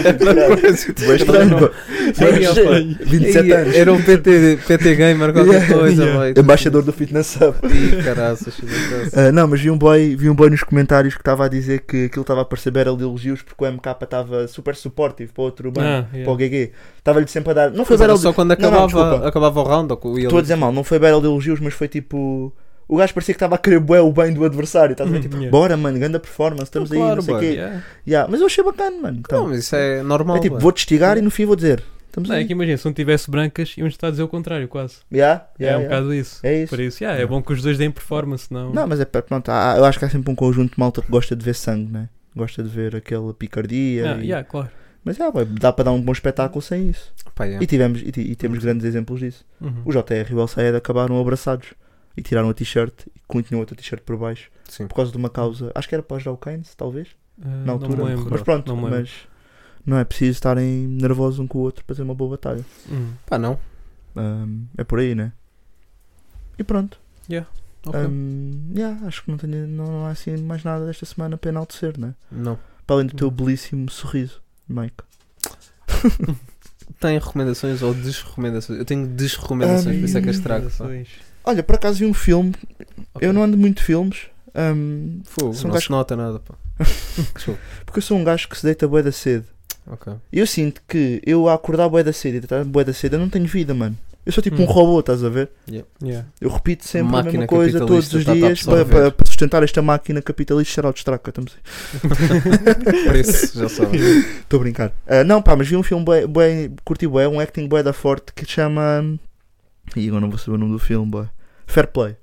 E: bué estranho, pá.
F: Sim, ó, pá.
E: 27
F: Ia,
E: anos,
F: Era um PT, PT gamer, qualquer
E: Yeah,
F: coisa.
G: yeah.
F: vai. tá
E: embaixador do Fitness Hub.
F: Ih, caraças, que desgraça.
E: Uh, não, mas vi um boy, vi um boy nos comentários que estava a dizer que aquilo estava a perceber ali elogios porque o MK estava super supportive para outro bem,
G: Ah, yeah.
E: para o GG. Estava-lhe sempre a dar. Não foi
F: Mas era
E: battle
F: só quando
E: não,
F: acabava,
E: desculpa.
F: acabava o round. ou com- e ele-
E: Estou a dizer mal, não foi battle de elogios, mas foi tipo. O gajo parecia que estava a querer bué o bem do adversário. Estás a ver? Tipo,
G: Yeah.
E: bora, mano, grande performance,
F: Não,
E: estamos aí,
F: Uhum, Então, claro,
E: não sei o
F: mano,
E: quê.
F: yeah.
E: Yeah, mas eu achei bacana, mano. Então,
F: Não, mas isso é normal.
E: é tipo,
F: mano.
E: vou testigar e no fim vou dizer. Estamos
G: Não, é
E: aí.
G: que imagina, se não tivesse brancas, íamos estar a dizer o contrário, quase.
E: Yeah,
G: é
E: yeah,
G: um
E: yeah.
G: bocado isso.
E: É isso.
G: Por isso, yeah, é bom que os dois deem performance, não.
E: Não, mas é pá, pronto, há- eu acho que há sempre um conjunto de malta que gosta de ver sangue, né? Gosta de ver aquela picardia.
G: Ah,
E: e-
G: yeah, claro.
E: Mas yeah, ué, dá para dar um bom espetáculo sem isso.
F: Pá, yeah.
E: E, tivemos, e, ti- e temos grandes exemplos disso.
G: Uhum.
E: O JR e o El Sayed acabaram abraçados e tiraram o t-shirt e continham outro t-shirt por baixo
F: Sim.
E: por causa de uma causa. Acho que era para ajudar o Keynes, talvez.
G: Ah,
E: na
G: não me
E: altura.
G: lembro.
E: mas pronto,
G: não me lembro.
E: mas não é preciso estarem nervosos um com o outro para fazer uma boa batalha.
G: Hum.
F: Pá, não.
E: Ahm, é por aí, né? E pronto.
F: Ok.
E: Ahm, yeah, acho que não, tenho, não, não há assim mais nada desta semana para enaltecer, né?
F: Não.
E: Para além do teu belíssimo sorriso, Mike.
F: Tem recomendações ou desrecomendações? Eu tenho desrecomendações, por isso é que as trago. pá.
E: Olha, por acaso vi um filme.
F: Ok.
E: Eu não ando muito de filmes. ahm,
F: Fogo,
E: Sou um
F: não
E: gajo-
F: se nota nada. Pá. Desculpa.
E: porque eu sou um gajo que se deita bué da cedo.
F: Ok.
E: E eu sinto que eu a acordar bué da cedo e deitar bué da cedo, eu não tenho vida, mano. Eu sou tipo um
G: Hum.
E: robô, estás a ver?
G: Yeah.
E: Eu repito sempre a
F: Máquina
E: mesma coisa todos
F: capitalista
E: os
F: tá-te a
E: dias para,
F: absorver.
E: para- para sustentar esta máquina capitalista será o destraca. Estamos...
F: Por isso, já sabes.
E: Estou a brincar. Ah, não, pá, mas vi um filme bué, bué, curti bué, um acting bué da forte que chama... E agora não vou saber o nome do filme, bué. Fair Play.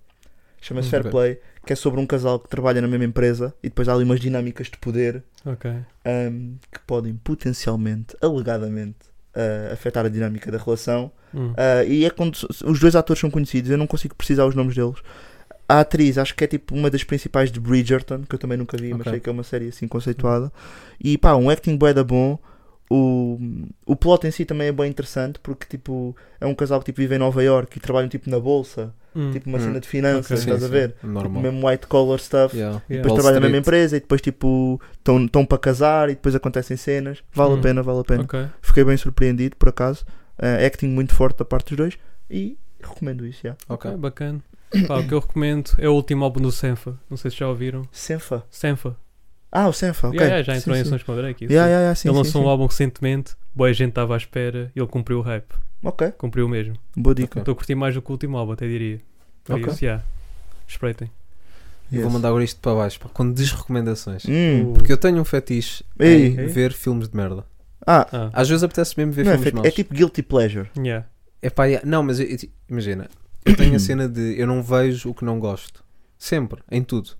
E: Chama-se
F: Hum,
E: Fair
F: ok.
E: Play, que é sobre um casal que trabalha na mesma empresa e depois há ali umas dinâmicas de poder
G: Ok.
E: ahm, que podem potencialmente, alegadamente, ah, afetar a dinâmica da relação
G: Hum.
E: Ah, e é quando os dois atores são conhecidos, eu não consigo precisar os nomes deles. A atriz, acho que é tipo uma das principais de Bridgerton, que eu também nunca vi, mas
F: Ok. Uhum.
E: sei que é uma série assim conceituada. E pá, um acting bué da bom. O, o plot em si também é bem interessante porque tipo é um casal que tipo, vive em Nova York e trabalham tipo na bolsa,
G: Hum.
E: tipo uma
F: Hum.
E: cena de finanças,
G: Ok.
E: estás a ver? Tipo,
F: Normal.
E: mesmo white collar stuff.
F: Yeah.
G: Yeah.
E: Depois
F: Wall
E: trabalham na mesma
F: Street.
E: empresa e depois tipo estão para casar e depois acontecem cenas. Vale
F: Uhum.
G: Hum.
E: a pena, vale a pena.
G: Ok.
E: Fiquei bem surpreendido, por acaso. Uh, acting muito forte da parte dos dois. E recomendo isso, já.
F: Ok.
G: Ok, É bacana. Pá, o que eu recomendo é o último álbum do Senfa. Não sei se já ouviram.
E: Senfa.
G: Senfa.
E: Ah, o Senfa, ok.
G: Yeah, yeah, já entrou
E: sim,
G: em
E: sim.
G: Sons com Drake. isso.
E: Yeah, yeah, yeah, sim,
G: ele
E: sim,
G: lançou
E: sim.
G: um álbum recentemente. Boa gente estava à espera e ele cumpriu o hype.
E: Ok,
G: Cumpriu mesmo.
E: boa dica.
F: Ok.
G: Estou a curtir mais do que o último álbum, até diria. Por
E: Ok.
G: isso, yeah. Espreitem.
F: Eu vou
E: Yes.
F: mandar agora isto para baixo, pá, com desrecomendações.
E: Hum.
F: Porque eu tenho um fetiche
E: Ei.
F: em ver filmes de merda.
E: Ah,
G: Ah,
F: Às vezes apetece mesmo ver
E: não é,
F: filmes
E: feito,
F: maus.
E: é tipo guilty pleasure.
G: yeah.
F: Epá, yeah, não, mas é, eu- eu- imagina, eu tenho a cena de eu não vejo o que não gosto. Sempre, em tudo.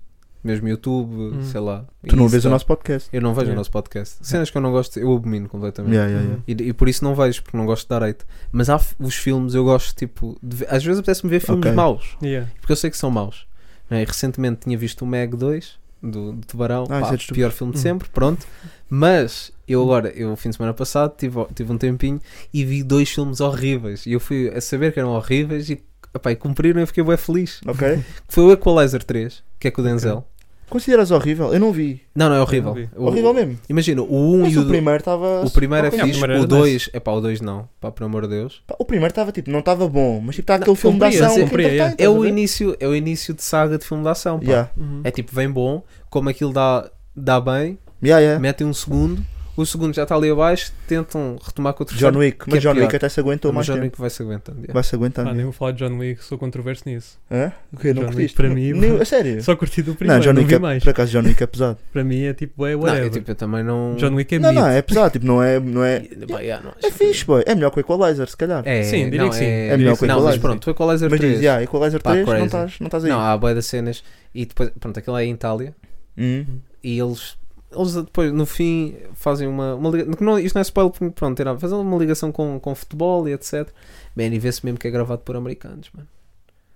F: mesmo YouTube,
G: Hum.
F: sei lá.
E: Tu não
F: Insta.
E: vês o nosso podcast.
F: Eu não vejo
G: Yeah.
F: o nosso podcast. Cenas que eu não gosto, eu abomino completamente.
E: Yeah, yeah, yeah.
F: E, e por isso não vejo, porque não gosto de dar hate. Mas há f- os filmes, eu gosto, tipo. de ver- às vezes apetece-me ver filmes
E: Ok.
F: maus,
G: Yeah.
F: porque eu sei que são maus. né? E recentemente tinha visto o Meg 2 do, do Tubarão,
E: Ah,
F: pá,
E: isso é de
F: pior filme de
G: Hum.
F: sempre, pronto. Mas eu agora, eu fim de semana passado, tive, tive um tempinho e vi dois filmes horríveis. E eu fui a saber que eram horríveis e, epá, e cumpriram e eu fiquei bem feliz.
E: Ok?
F: Foi o Equalizer 3, que é com o Denzel.
E: Consideras horrível? Eu não vi.
F: Não, não, é horrível.
G: Eu não
F: O-
E: Horrível mesmo.
F: Imagina, o 1
E: Mas
F: e o
E: o
F: 2.
E: primeiro estava.
F: O primeiro é
E: Ok.
G: o
F: fixe,
G: primeiro era
F: o 2 é pá, o 2 não, pá, por amor de Deus.
E: Pá, O primeiro estava tipo, não estava bom, mas tipo, está
F: Não,
E: aquele filme de
F: cumpria,
E: ação.
F: sim,
E: que
G: cumpria,
E: entretém,
F: É
E: estás a
F: o
E: ver?
F: início, é o início de saga de filme de ação, pá.
E: Então, Yeah.
G: Uhum.
F: É tipo, vem bom, como aquilo dá, dá bem,
E: Yeah, yeah.
F: metem um segundo, o segundo já está ali abaixo, tentam retomar com o terceiro.
E: John Wick,
F: que
E: mas
F: é
E: John
F: pior.
E: Wick até se aguentou
F: mas
E: mais
F: John
E: tempo.
F: Wick vai se aguentando. yeah.
E: Vai se aguentando.
G: Ah, nem vou falar de John Wick, sou controverso nisso.
E: Hã? O quê?
G: John
E: Não
G: Wick
E: curtiste?
G: para mim-
E: Nem- A sério?
G: Só curti do
E: Não,
G: primeiro, não,
E: John Wick
G: vi
E: é,
G: mais.
E: por acaso John Wick é pesado.
G: Para mim é tipo, é
F: Não,
G: whatever.
F: eu, tipo, eu também não.
G: John Wick é
E: não,
G: mid.
E: não, é pesado, tipo, não é. Não é...
F: E, pá, yeah, não, acho
E: é fixe, boy. É melhor que o Equalizer, se calhar.
F: É,
G: Sim, diria
F: não,
G: que sim.
F: É,
E: É melhor que o
F: Não, mas
E: Equalizer.
F: pronto, o Equalizer
E: mas
F: 3.
E: diz, yeah, Equalizer
F: Pá,
E: 3, não
F: crazy.
E: estás não tás aí.
F: Não, há boia das cenas. E depois, pronto, aquilo é em Itália.
E: Hum.
F: e eles, eles depois no fim fazem uma, uma liga- que não, isto não é spoiler porque, pronto, tem nada, fazem uma ligação com, com futebol e etc man, e vê-se mesmo que é gravado por americanos mano.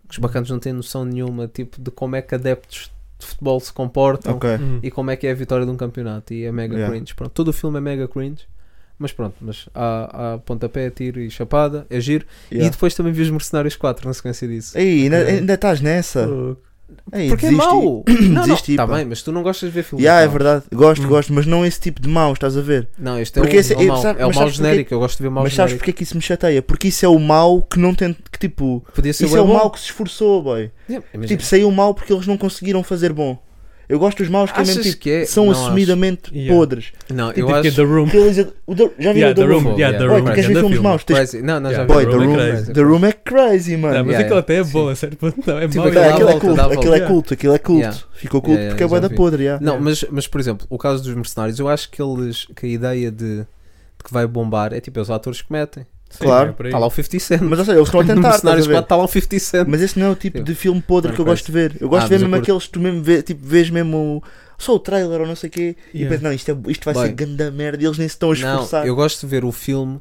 F: os bacanos não têm noção nenhuma tipo de como é que adeptos de futebol se comportam
E: Ok.
G: Hum.
F: e como é que é a vitória de um campeonato e é mega
E: Yeah.
F: cringe pronto, todo o filme é mega cringe mas pronto, mas há, há pontapé, tiro e chapada, é giro. E
E: Yeah.
F: depois também vi os Mercenários 4 na sequência disso.
E: Ei, ainda,
G: Ok.
E: ainda estás nessa?
G: Fogo.
E: Ei,
F: Porque é
E: desisti.
F: mau! não, não,
E: Desisti,
F: tá
E: pá.
F: bem, mas tu não gostas de ver filmes.
E: Yeah, é
F: mau.
E: verdade. Gosto,
G: Hum.
E: gosto, mas não esse tipo de mau, estás a ver?
F: Não, este é
E: Porque
F: o,
E: esse-
F: é o
E: eu-
F: mau,
E: sabe-
F: é o
E: mas
F: mau
E: sabes porquê?
F: genérico. Eu gosto de ver mau
E: mas sabes
F: genérico.
E: porque é que isso me chateia? Porque isso é o mau que não tem. que tipo.
F: Podia ser
E: Isso é o
F: bom. é.
E: mau que se esforçou, boy.
F: Yeah, imagina.
E: Tipo, saiu mal porque eles não conseguiram fazer bom. Eu gosto dos maus que é
F: Achas
E: mesmo tipo,
F: que é?
E: são
F: Não
E: assumidamente
G: acho. Yeah.
E: podres.
F: acho. Não,
G: Tipo
F: eu
G: que é
F: acho.
G: The Room.
E: Realiza- o The- Já viram
G: Yeah,
E: The
G: The
E: Room?
G: Room. Yeah, The
F: Yeah.
E: Boy,
G: Room.
E: tu
F: Roy,
E: queres
G: grande
E: ver filmes
G: filme.
E: maus? Tens...
F: Crazy. Não, não, já
G: Yeah,
F: vi.
E: Boy,
G: The
E: The
G: Room é
E: Room,
G: crazy.
E: The Room é crazy, mano.
G: Não, mas
F: Yeah,
G: aquilo
F: yeah.
G: até é bom,
F: Sim.
G: a certo ponto. Não, é
F: Tipo
G: mau.
F: aquela-
G: yeah.
E: Aquilo
F: dá a
E: é
F: volta,
E: culto,
F: dá a volta.
E: aquilo é
G: Yeah.
E: culto, aquilo é culto.
F: Yeah.
E: Ficou culto
F: Yeah,
E: porque é
F: yeah,
E: bué
F: já
E: da
F: vi.
E: podre, yeah.
F: Não, mas, mas por exemplo, o caso dos mercenários, eu acho que eles. que a ideia de, de que vai bombar é tipo, é os atores que metem.
G: Sim,
E: claro.
G: é por aí.
F: Está Tá lá o 50 Cent.
E: Mas ou seja, eles estão a
F: no
E: tentar, estás a
F: Mercenários
E: ver?
F: 4 está lá o 50 Cent.
E: Mas esse não é o tipo
F: Sim.
E: de filme podre
F: Não,
E: que eu gosto de ver. Eu gosto
F: Ah,
E: de ver
F: mas eu
E: mesmo
F: curto.
E: aqueles que tu mesmo vê, tipo, vês mesmo o- só o trailer ou não sei o quê e
G: Yeah.
E: pensas, não, isto, é- isto vai
F: Boy.
E: ser grande merda e eles nem se estão a
F: Não,
E: esforçar.
F: eu gosto de ver o filme.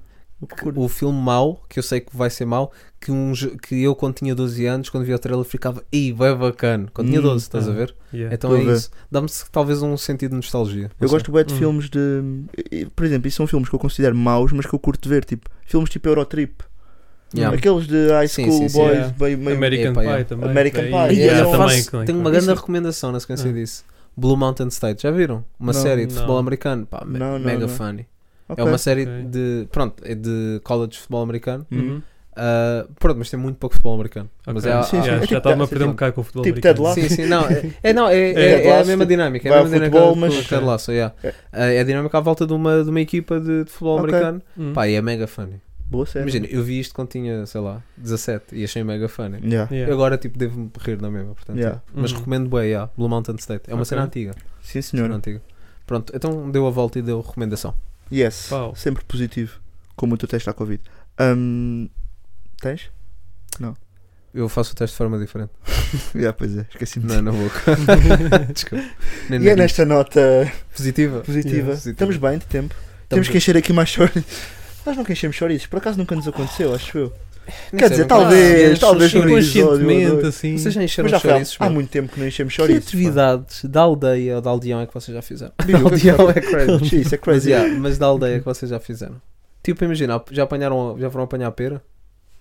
F: O filme mau, que eu sei que vai ser mau, que, um, jo- que eu quando tinha 12 anos, quando via o trailer, ficava, ei, vai bacana. Quando tinha
E: Hum,
F: 12, estás
G: ah.
F: a ver?
G: Yeah.
F: Então
E: Tô
F: é
E: a ver.
F: isso. Dá-me talvez um sentido de nostalgia. Não
E: Eu
F: sei.
E: gosto bem de
G: Hum.
E: filmes de. e- e, Por exemplo, isso são filmes que eu considero maus, mas que eu curto de ver, tipo, filmes tipo Eurotrip.
F: Yeah.
E: Aqueles de High
F: Sim,
E: School
F: sim, sim.
E: Boys,
G: Yeah.
E: bem- meio-
G: American
F: Epá,
G: Pie
F: yeah.
G: também.
E: American
G: por aí.
E: Pie,
F: E
E: yeah.
G: Yeah,
F: eu
E: Yeah.
G: também,
F: faço-
G: claro.
F: tenho uma grande
E: Isso-
F: recomendação na sequência
G: Ah.
F: disso. Blue Mountain State, já viram? Uma
E: Não.
F: série de
G: Não.
F: futebol americano, pá, me-
E: Não, não,
F: mega
E: não.
F: funny.
E: Ok.
F: É uma série
G: Ok.
F: de, pronto, é de college de futebol americano.
E: Uhum.
G: Uhum.
F: Ah, pronto, mas tem muito pouco futebol americano. Mas
G: Ok.
F: é, a- a-
E: Sim, sim.
G: Yeah,
E: É
G: Já
E: tipo-
G: estava a perder
E: tipo-
G: um bocado com o futebol
E: tipo
G: americano.
E: Ted Lasso.
F: Sim, sim, não, é, é, não, é,
E: Ted
F: é, é a
E: Lasso,
F: mesma dinâmica. É
E: vai
F: a
E: ao
F: mesma dinâmica
E: futebol,
F: do-
E: mas-
F: do Ted Lasso, yeah.
E: É.
F: Ah, É a dinâmica à volta de uma, de uma equipa de, de futebol
E: Ok.
F: americano.
G: Hum.
F: Pá, e é mega funny.
E: Boa série.
F: Imagina, eu vi isto quando tinha, sei lá, 17 e achei mega funny.
E: Yeah.
G: Yeah.
F: Agora, tipo, devo-me rir na mesma, portanto.
E: Yeah.
F: é. Mas
G: Uhum.
F: recomendo bem, yeah, Blue Mountain State. É uma
G: Ok.
F: cena antiga.
E: Sim,
F: Cena
E: senhora.
F: antiga. Pronto, então deu a volta e deu recomendação.
E: Yes.
G: Pau.
E: Sempre positivo. Como o teu teste à Covid. Hum, Ahm, tens?
F: Eu faço o teste de forma diferente.
E: yeah, pois é, esqueci-me.
F: Não,
E: disso.
F: na boca. Desculpa. Nem
E: E é
F: nariz.
E: nesta nota
F: Positiva.
E: positiva.
F: Yeah,
E: Estamos bem de tempo. Temos
F: Estamos-
E: que encher aqui mais chorizos. Nós não que enchemos chorizos, por acaso nunca nos aconteceu, acho eu.
F: Nem
E: Quer
F: sei
E: dizer,
F: bem.
E: talvez,
F: Ah,
E: talvez
F: enche-
E: um
F: enche-
E: episódio.
G: Inconscientemente,
E: ou dois.
G: assim.
F: Vocês já encheram
E: Mas já foi, há-
F: chouriços,
E: há
F: meu?
E: muito tempo que não enchemos
F: Que
E: chorizos. pá.
F: atividades da aldeia ou da aldeão é que vocês já fizeram?
E: Diz, o que é que
F: Aldeão é crazy.
E: Sim, Isso é
F: Mas,
E: crazy.
F: yeah, mas da aldeia é que vocês já fizeram. Tipo, imagina, já apanharam, já foram apanhar pera?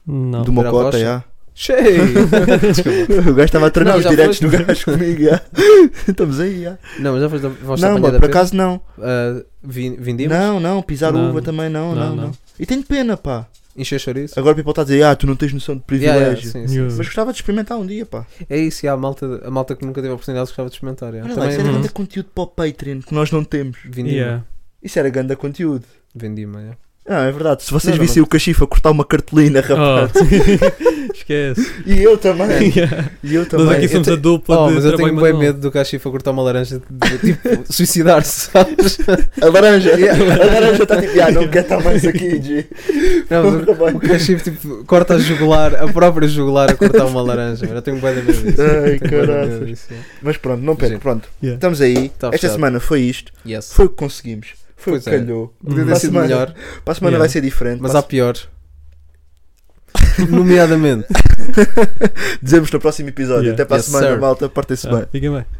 G: Não.
E: Do
F: Era a
E: Mocota,
F: rocha?
E: já.
F: Cheio!
E: O gajo estava a treinar
F: Não,
E: os
F: já
E: diretos do
F: foste?
E: gajo comigo, já. Estamos aí, já.
F: não, mas já foste, foste
E: Não,
F: apanhar da
E: mano, por
F: pera?
E: acaso não.
F: Ah, vin- Vindimos?
E: Não, não, pisar
G: Não,
E: uva
G: não.
E: também não,
G: Não,
E: não,
G: não.
E: não. E tenho pena, pá.
F: Encher chouriço?
E: Agora o people está a dizer, ah, tu não tens noção de
F: Yeah, yeah,
E: privilégio.
F: sim, sim.
G: Yeah.
E: Mas gostava de experimentar um dia, pá.
F: É isso, e há a malta, a malta que nunca teve a oportunidade gostava de experimentar. Yeah.
E: Olha lá, isso era
G: Uhum.
E: grande conteúdo para o Patreon que nós não temos.
F: vendi-me.
G: Yeah.
E: Isso era grande conteúdo.
F: Vendi-me, yeah.
E: Não, é verdade. Se vocês
G: Não, não,
E: vissem o Cachifa cortar uma
F: Oh.
E: cartolina, rapaz.
G: Oh. Esquece.
E: E eu
F: É.
E: também.
G: Yeah.
E: E eu
G: Nós
E: também.
G: aqui
F: eu
G: somos
F: te-
G: a dupla
F: Oh,
G: de
F: mas eu tenho
G: trabalho
F: bem
G: manual.
F: medo do Cachifa cortar uma laranja, de, tipo, suicidar-se, sabes?
E: A laranja. A laranja está tipo, ah, não quer estar mais aqui, G.
F: Não, mas o- o Cachifa tipo, corta a jugular, a própria jugular a cortar uma laranja. mano. Eu tenho bem medo disso.
E: Ai,
F: Tenho bué de
E: caraças.
F: medo disso, yeah.
E: Mas pronto, não perco.
F: Sim.
E: Pronto.
G: Yeah.
E: Estamos aí.
F: Tá
E: Esta
F: fechado.
E: semana foi isto.
F: Yes.
E: Foi o que conseguimos. Foi o
F: Pois
E: que
F: é.
E: calhou.
F: Podia
E: Para
F: ter
E: a
F: sido
E: semana-
F: melhor,
E: Para a semana
G: Yeah.
E: vai ser diferente.
F: mas
E: Para
F: há pior. Nomeadamente.
E: a- Dizemos no próximo episódio.
G: Yeah.
E: Até para
F: Yes,
E: a semana,
F: sir.
E: malta. Partem-se bem.
G: Ah, Fiquem bem.